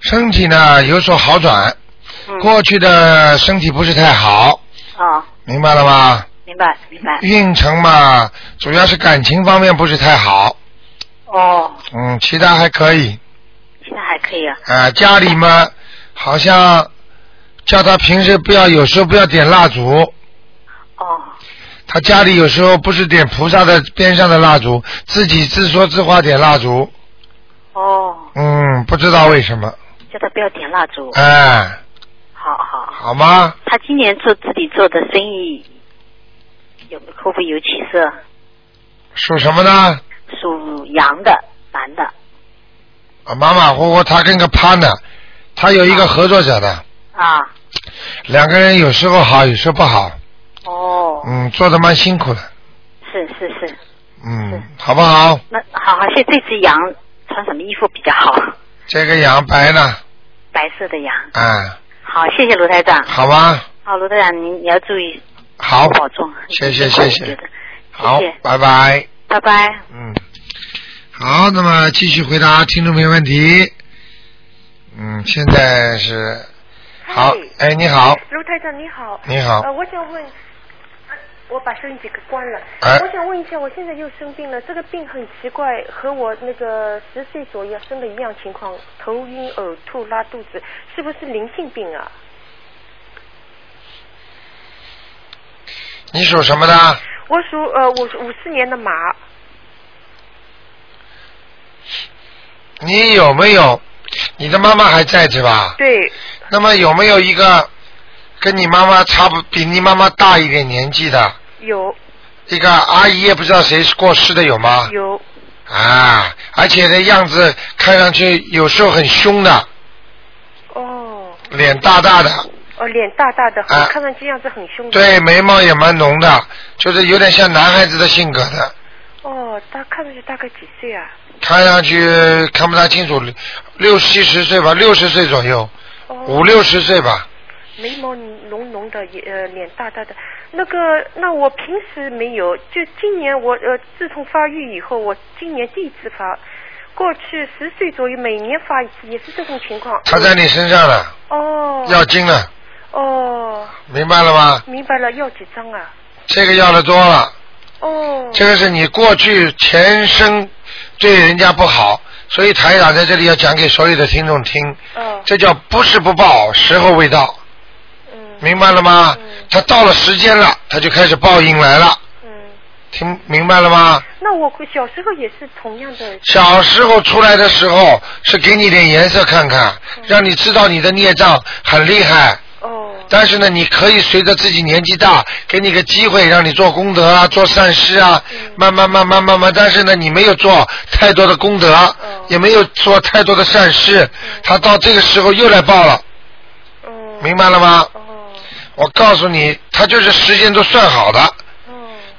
A: 身体呢有所好转，
J: 嗯，
A: 过去的身体不是太好，
J: 哦，
A: 明白了吗？
J: 明白明白，
A: 运程嘛，主要是感情方面不是太好，
J: 哦，
A: 嗯，其他还可以，
J: 现在还可以啊，
A: 啊、家里嘛，好像叫他平时不要，有时候不要点蜡烛，
J: 哦，
A: 他家里有时候不是点菩萨的边上的蜡烛，自己自说自话点蜡烛，
J: 哦，
A: 嗯，不知道为什么，
J: 叫他不要点蜡烛，
A: 哎、
J: 好好。
A: 好吗？
J: 他今年做自己做的生意，有会不会有起色？
A: 属什么呢？
J: 属羊的男的
A: 啊，马马虎虎，他跟个趴呢，他有一个合作者的，
J: 啊，
A: 两个人有时候好，有时候不好，
J: 哦，
A: 嗯，做的蛮辛苦的，
J: 是是是，
A: 嗯，好不好？
J: 那好好，现在这只羊穿什么衣服比较好？
A: 这个羊白呢，
J: 白色的羊。
A: 哎、
J: 好，谢谢卢台长。
A: 好吧，
J: 好，卢台长，您你要注意
A: 好，
J: 保重。
A: 谢谢
J: 你辛
A: 谢
J: 苦
A: 谢
J: 我觉得
A: 好
J: 谢谢，
A: 拜拜。
J: 拜拜。
A: 嗯，好，那么继续回答听众朋友问题。嗯，现在是好，哎，你好，
K: 卢台长你好。
A: 你好
K: 呃，我想问，我把收音机给关了。
A: 哎
K: 我想问一下，我现在又生病了，这个病很奇怪，和我那个十岁左右生的一样情况，头晕、呕吐、拉肚子，是不是灵性病啊？
A: 你属什么的？
K: 我属呃，我是五四年的马，
A: 你有没有？你的妈妈还在是吧？
K: 对，
A: 那么有没有一个跟你妈妈差不比你妈妈大一点年纪的
K: 有
A: 一个阿姨，也不知道谁是过世的有吗？
K: 有
A: 啊，而且的样子看上去有时候很凶的，
K: 哦，
A: 脸大大的，
K: 哦，脸大大的，
A: 啊
K: 看上去样子很凶的。
A: 对，眉毛也蛮浓的，就是有点像男孩子的性格的，
K: 哦，他看上去大概几岁啊？
A: 看上去看不大清楚，六七十岁吧，六十岁左右，五
K: 哦，
A: 六十岁吧。
K: 眉毛浓浓的，也呃脸大大的。那个，那我平时没有，就今年我呃自从发育以后，我今年第一次发。过去十岁左右每年发一次，也是这种情况。
A: 他在你身上了，
K: 哦
A: 要精了，
K: 哦，
A: 明白了吗？
K: 明白了，要几张啊？
A: 这个要的多了，
K: 哦，
A: 这个是你过去前生对人家不好，所以台长在这里要讲给所有的听众听，
K: 哦，
A: 这叫不是不报，时候未到，
K: 嗯
A: 明白了吗
K: 嗯？
A: 他到了时间了，他就开始报应来了。
K: 嗯，
A: 听明白了吗？
K: 那我小时候也是同样的。
A: 小时候出来的时候是给你点颜色看看，让你知道你的孽障很厉害。哦。但是呢，你可以随着自己年纪大，给你个机会让你做功德啊，做善事啊，慢慢慢慢慢慢。但是呢，你没有做太多的功德，也没有做太多的善事，他到这个时候又来报了。明白了吗？我告诉你，他就是时间都算好的。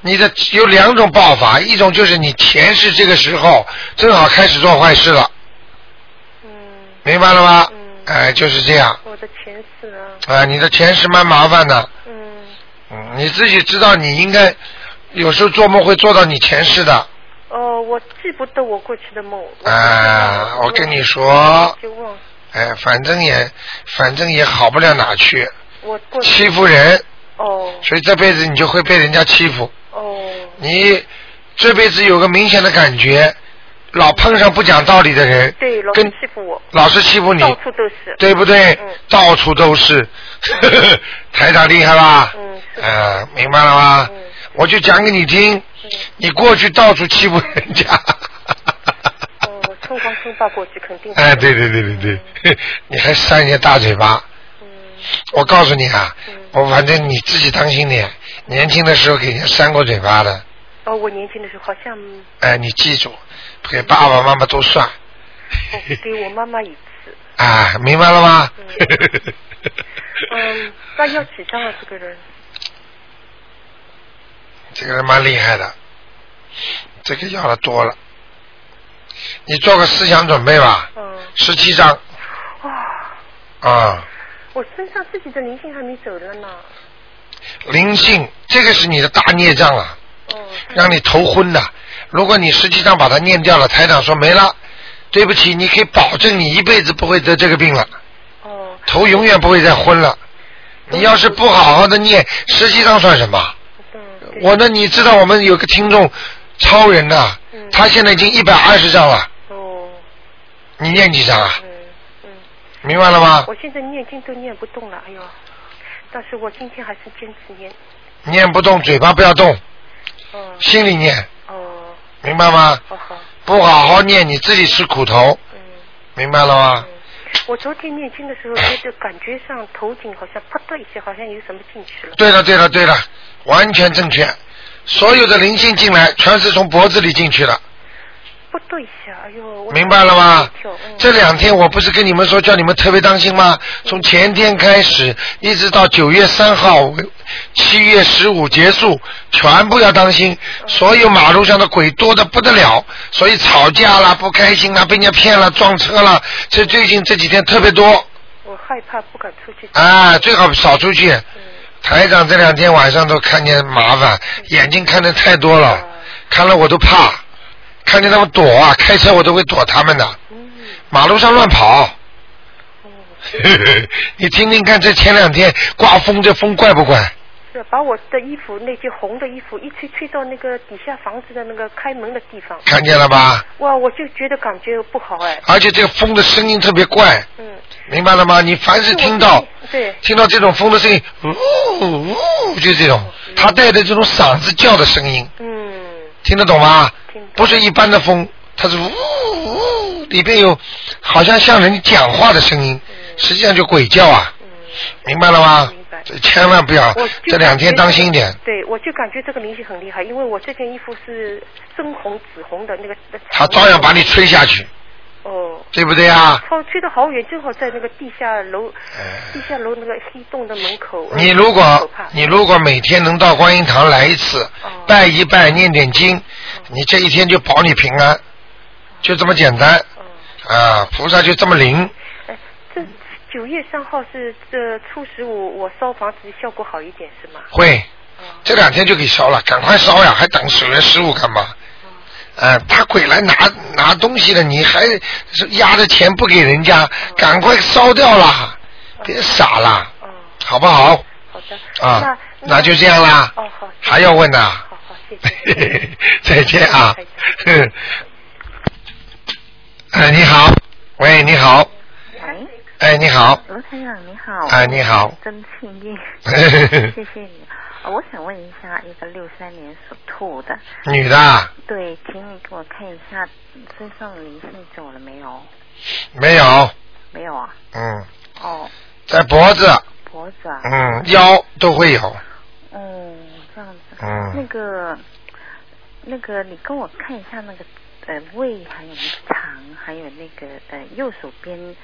A: 你的有两种报法，一种就是你前世这个时候正好开始做坏事了，明白了吗？哎，就是这样。
K: 嗯我的前世啊，
A: 啊，你的前世蛮麻烦的。嗯。你自己知道，你应该有时候做梦会做到你前世的。
K: 哦，我记不得我过去的梦。嗯
A: 啊，我跟你说，
K: 就忘
A: 哎，反正也反正也好不了哪去，
K: 我过去
A: 欺负人，
K: 哦
A: 所以这辈子你就会被人家欺负。
K: 哦
A: 你这辈子有个明显的感觉，老碰上不讲道理的人，
K: 对，老是欺负我，
A: 老是欺负你，
K: 到处都是。嗯
A: 对不对？到处都是， (laughs) 台长厉害吧？嗯，呃，明白了吗？
K: 嗯
A: 我就讲给你听，你过去到处欺负人家，
K: 嗯，我春光春霸过去肯定。
A: 哎，对对对对对， (laughs) 你还扇人家大嘴巴。我告诉你啊，我反正你自己当心点，年轻的时候给人家扇过嘴巴的，
K: 哦，我年轻的时候好像嗯
A: 哎，你记住，给爸爸妈妈都算，
K: 我哦给我妈妈一次，
A: 啊，明白了吗？
K: 嗯，那要几张啊？这个人，
A: (laughs) 这个人蛮厉害的，这个要的多了。你做个思想准备吧，十七章
K: 哇，
A: 啊，
K: 我身上自己的灵性还没走了呢。
A: 灵性，这个是你的大孽障啊，让你头昏的。如果你十七章把它念掉了，台长说没了，对不起，你可以保证你一辈子不会得这个病了，头永远不会再昏了。你要是不好好的念，十七章算什么？我呢，你知道我们有个听众超人呐、他现在已经一百二十章了。你念几章啊？明白了吗？
K: 我现在念经都念不动了，哎呦！但是我今天还是坚持念。
A: 念不动，嘴巴不要动，心里念。明白吗？不哦好嗯好念，你自己吃苦头。明白了吗？
K: 我昨天念经的时候，觉得感觉上头颈好像啪的一下，好像有什么进去了。
A: 对了，对了，对了，完全正确。所有的灵性进来，全是从脖子里进去了，
K: 不对一下，哎呦！我
A: 明白了吗
K: 吓一跳？嗯
A: 这两天我不是跟你们说叫你们特别当心吗？从前天开始，一直到九月三号、七月十五结束，全部要当心。
K: 嗯
A: 所有马路上的鬼多的不得了，所以吵架啦、不开心啦、被人家骗了、撞车啦，这最近这几天特别多。
K: 我害怕，不敢出去。
A: 啊，最好少出去。台长这两天晚上都看见麻烦，眼睛看的太多了，看了我都怕，看见他们躲啊，开车我都会躲他们的，马路上乱跑。 (laughs) 你听听看，这前两天刮风，这风怪不怪？
K: 是把我的衣服那件红的衣服一吹吹到那个底下房子的那个开门的地方。
A: 看见了吧？
K: 哇，我就觉得感觉不好哎。
A: 而且这个风的声音特别怪。
K: 嗯。
A: 明白了吗？你凡是听到
K: 对，
A: 听到这种风的声音，呜呜，就这种，它带着这种嗓子叫的声音。嗯。听得懂吗？不是一般的风，它是呜呜，里边有好像像人讲话的声音，实际上就鬼叫啊。嗯明白了吗？这千万不要
K: 我，就
A: 这两天
K: 感觉
A: 当心一点。
K: 对，我就感觉这个明星很厉害，因为我这件衣服是深红、紫红的那个。
A: 它照样把你吹下去，
K: 哦。
A: 对不对啊？哎
K: 超吹得好远，正好在那个地下楼，地下楼那个黑洞的门口。
A: 你如果你如果每天能到观音堂来一次，拜一拜，念点经，你这一天就保你平安，就这么简单。啊，菩萨就这么灵。
K: 这九月三号是这初十五，我烧房子效果好一点是吗？
A: 会，这两天就给烧了，赶快烧呀，还等九月十五干嘛？呃，怕鬼来拿拿东西了，你还是压着钱不给人家，赶快烧掉啦，别傻啦，好不好？好的。啊，那就这样啦。哦，好。还要问呐？好好，谢谢。 (laughs) 再见啊。嗯。哎，你好，喂，你好，
L: 喂，
A: 哎，哎你好
L: 罗台长你好，
A: 哎你好，
L: 真幸运
A: (laughs)
L: 谢谢你。呃我想问一下，一个六三年属兔的
A: 女的啊
L: 对，请你给我看一下身上灵性走了没有？
A: 没有，
L: 没有啊？
A: 嗯，
L: 哦，
A: 在脖子，
L: 脖子啊，
A: 嗯，腰都会有，
L: 嗯，这样子，
A: 嗯
L: 那个，那个，你跟我看一下那个呃胃，还有肠，还有那个呃右手边，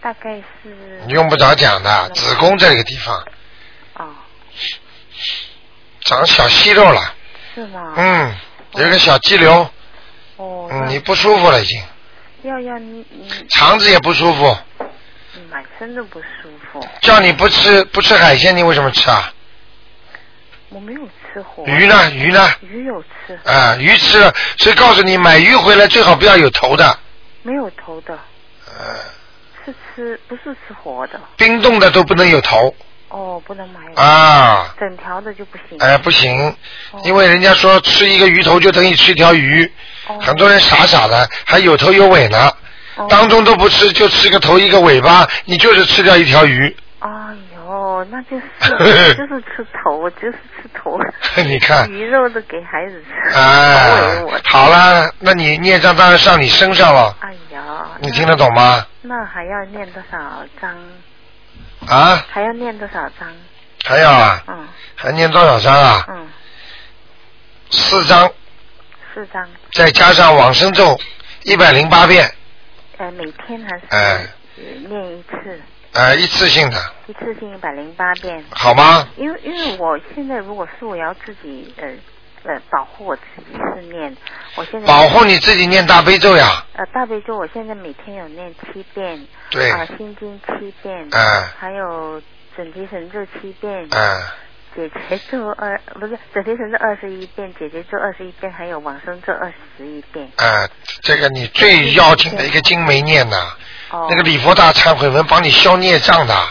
L: 大概是
A: 你用不着讲的，子宫这个地方
L: 嗯哦，
A: 长小息肉了，
L: 是吗？
A: 嗯，有一个小肌瘤，
L: 哦，
A: 嗯，你不舒服了已经，
L: 要要你你
A: 肠子也不舒服，
L: 你满身都不舒服，
A: 叫你不吃不吃海鲜，你为什么吃啊？
L: 我没有吃活
A: 鱼呢？鱼呢？
L: 鱼有吃，
A: 啊、鱼吃了，所以告诉你，买鱼回来最好不要有头的，
L: 没有头的，
A: 呃，
L: 是吃不是吃活的？
A: 冰冻的都不能有头，
L: 哦，不能买
A: 啊
L: 整条的就不行。
A: 哎、不行，因为人家说吃一个鱼头就等于吃一条鱼，很多人傻傻的还有头有尾呢，当中都不吃，就吃个头一个尾巴，你就是吃掉一条鱼， (laughs)
L: 哎呦，那就是我就是吃头，我就是吃头。
A: 你看
L: 鱼肉都给孩子吃。
A: 哎、好了，那你孽障当然上你身上了，
L: 哎呀，
A: 你听得懂吗？
L: 那还要念多少章？
A: 啊，
L: 还要念多少章？
A: 还有啊，
L: 嗯
A: 还念多少章啊？
L: 嗯，
A: 四章，
L: 四章。
A: 再加上往生咒一百零八遍，
L: 呃，每天还是
A: 哎、
L: 念一次，
A: 呃，一次性的，
L: 一次性一百零八遍。
A: 好吗？
L: 因为因为我现在如果是我要自己呃呃保护我自己是念，我现在
A: 保护你自己念大悲咒呀。
L: 呃，大悲咒我现在每天有念七遍，
A: 对
L: 啊、心经七遍，
A: 嗯
L: 还有准提神咒七遍，
A: 嗯，
L: 解结咒二不是准提神咒二十一遍，解结咒二十一遍，还有往生咒二十一遍。
A: 呃，这个你最要紧的一个经没念呐、
L: 哦，
A: 那个礼佛大忏悔文帮你消孽障的。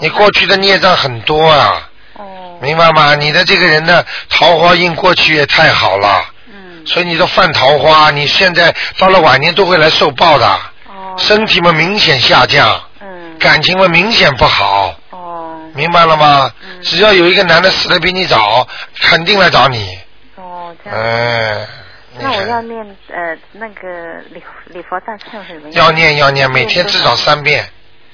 A: 你过去的孽障很多啊。
L: 哦
A: 明白吗？你的这个人的桃花运过去也太好了。嗯。所以你都犯桃花，你现在到了晚年都会来受报的。哦。身体嘛明显下降。嗯。感情嘛明显不好。哦。明白了吗？
L: 嗯
A: 只要有一个男的死的比你早，肯定来找你。
L: 哦，这样。
A: 哎。你
L: 那我
A: 看
L: 要念呃那个礼礼佛大忏悔文。
A: 要念要念，每天
L: 多
A: 至
L: 少
A: 少三遍。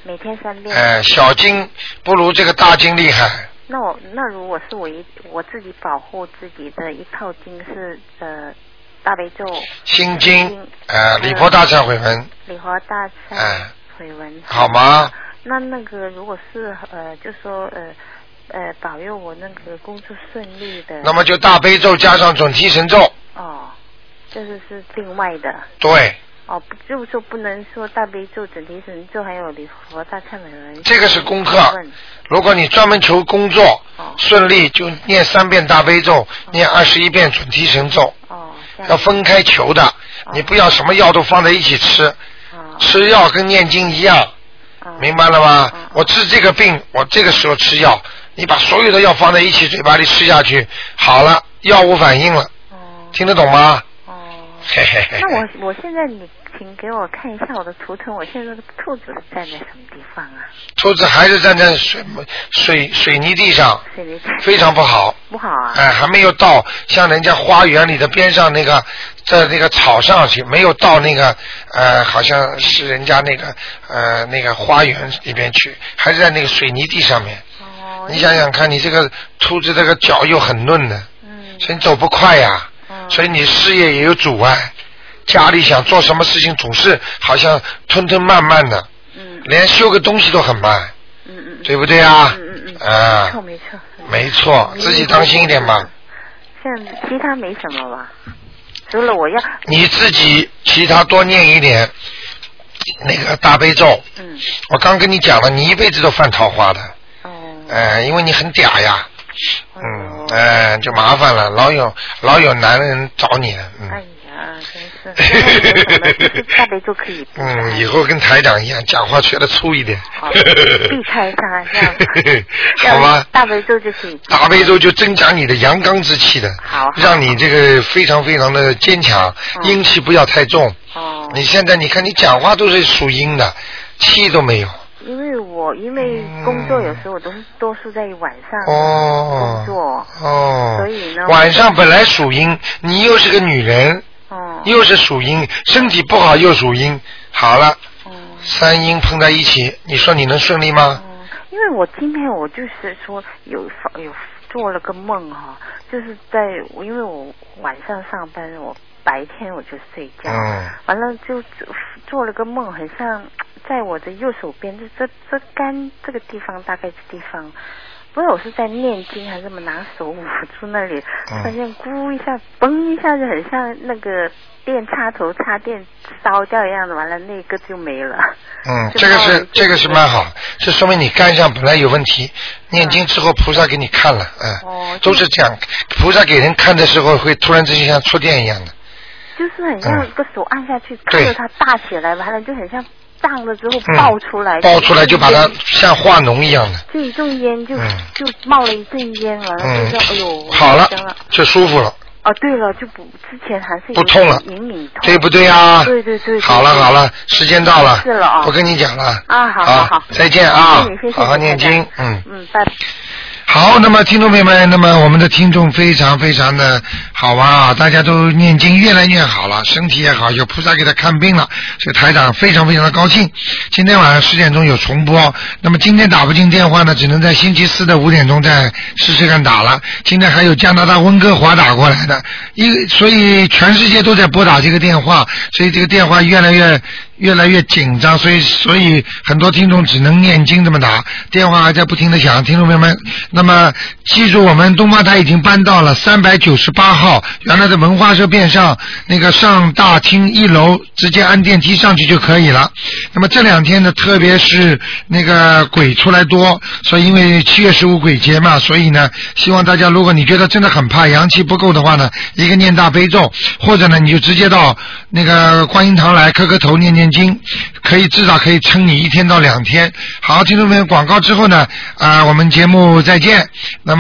L: 每天三遍。
A: 哎，小经不如这个大经厉害。
L: 那我那如果是我一我自己保护自己的一套经是呃大悲咒、
A: 心经，呃，礼佛大忏悔文，哎
L: 礼佛大忏悔文，
A: 好吗？
L: 那那个如果是呃就说呃呃保佑我那个工作顺利的，
A: 那么就大悲咒加上准提神咒，
L: 哦，这是是另外的
A: 对，
L: 哦，不就是说不能说大悲咒、准提神咒还有礼佛大忏悔文，
A: 这个是功课。如果你专门求工作顺利，就念三遍大悲咒，念二十一遍准提神咒。要分开求的，你不要什么药都放在一起吃，吃药跟念经一样，明白了吗？我治这个病，我这个时候吃药，你把所有的药放在一起，嘴巴里吃下去，好了，药物反应了，听得懂吗？嘿嘿嘿。
L: 那我我现在你请给我看一下我的图腾，我现在这个兔子是站在什么地方啊？
A: 兔子还是站在水水水泥地上，
L: 水泥
A: 非常不好，
L: 不好啊。
A: 哎，还没有到像人家花园里的边上那个，在那个草上去，没有到那个呃，好像是人家那个呃那个花园里边去，还是在那个水泥地上面。你想想看，你这个兔子这个脚又很嫩的，所以你走不快呀、所以你事业也有阻碍，家里想做什么事情总是好像吞吞慢慢的，
L: 嗯
A: 连修个东西都很慢，对不对啊？
L: 嗯
A: 啊，
L: 没错嗯
A: 没错，自己当心一点嘛。
L: 像其他没什么吧，除了我要
A: 你自己其他多念一点那个大悲咒。
L: 嗯。
A: 我刚跟你讲了，你一辈子都犯桃花的。哦。哎，因为你很嗲呀。
L: 哦
A: 嗯，哎，就麻烦了，老有老有男人找你了，嗯。
L: 哎呀，真是大悲咒可以哎
A: 嗯，以后跟台长一样，讲话学的粗一点。 (laughs)
L: 避开它，要
A: 好
L: 要
A: 吧，
L: 大悲咒就可以。
A: 大悲咒就增长你的阳刚之气的，让你这个非常非常的坚
L: 哦
A: 强，阴气不要太重。你现在你看你讲话都是属阴的，气都没有，
L: 因为我因为工作有时候我都是多数在晚上
A: 哦
L: 工作，
A: 哦，
L: 所以呢
A: 晚上本来属阴，你又是个女人，
L: 哦
A: 又是属阴，身体不好又属阴，好了，
L: 哦
A: 三阴碰在一起，你说你能顺利吗？
L: 因为我今天我就是说有发有做了个梦哈、就是在因为我晚上上班，我白天我就睡觉，
M: 嗯
L: 完了就做做了个梦，很像在我的右手边，就这这肝这个地方大概这地方，不知道我是在念经还是什么，拿手捂住那里，突
A: 哦
M: 嗯
L: 然间咕一下，嘣一下就很像那个电插头插电烧掉一样的，完了那个就没了。 (laughs)
A: 嗯，
L: 就
A: 这个
L: 到了
A: 是这个是蛮好，是说明你肝上本来有问题，
L: 嗯
A: 念经之后菩萨给你看了，
L: 哦
A: 嗯，都是这样，菩萨给人看的时候会突然之间像触电一样的，
L: 就是很像
A: 嗯
L: 个手按下去，看
A: 对
L: 着它大起来，完了就很像胀了之后爆出来，
A: 嗯爆出来就把它
L: 就
A: 像化脓一样的，
L: 就一阵烟就、
A: 嗯
L: 就冒了一阵烟，完了
A: 嗯
L: 就叫、哎呦，
A: 好了
L: 我紧张了。
A: 就舒服了。
L: 哦，对了，就不之前还是有
A: 不痛了
L: 隐隐痛，
A: 对不对啊
L: 对对对对
A: 好了好了时间到了
L: 是了啊，
A: 不跟你讲了
L: 啊，好
A: 好
L: 好，
A: 再见啊
L: 谢谢你谢谢
A: 好好
L: 你
A: 念
L: 台长
A: 经嗯
L: 嗯，拜拜。
A: 好，那么听众朋友们，那么我们的听众非常非常的好玩啊，大家都念经越来越好了，身体也好，有菩萨给他看病了，所以台长非常非常的高兴。今天晚上十点钟有重播， (laughs) 那么今天打不进电话呢，只能在星期四的五点钟再试试看打了。今天还有加拿大温哥华打过来的，一所以全世界都在拨打这个电话，所以这个电话越来越越来越紧张，所以所以很多听众只能念经这么打，电话还在不停的响，听众朋友们，那么记住我们东方台已经搬到了三百九十八号，原来的文化社边上那个上大厅一楼，直接按电梯上去就可以了。那么这两天呢，特别是那个鬼出来多，所以因为七月十五鬼节嘛，所以呢，希望大家如果你觉得真的很怕阳气不够的话呢，一个念大悲咒，或者呢你就直接到那个观音堂来磕磕头念念经，可以至少可以撑你一天到两天。好，听众朋友，广告之后呢，啊、我们节目再见。那么。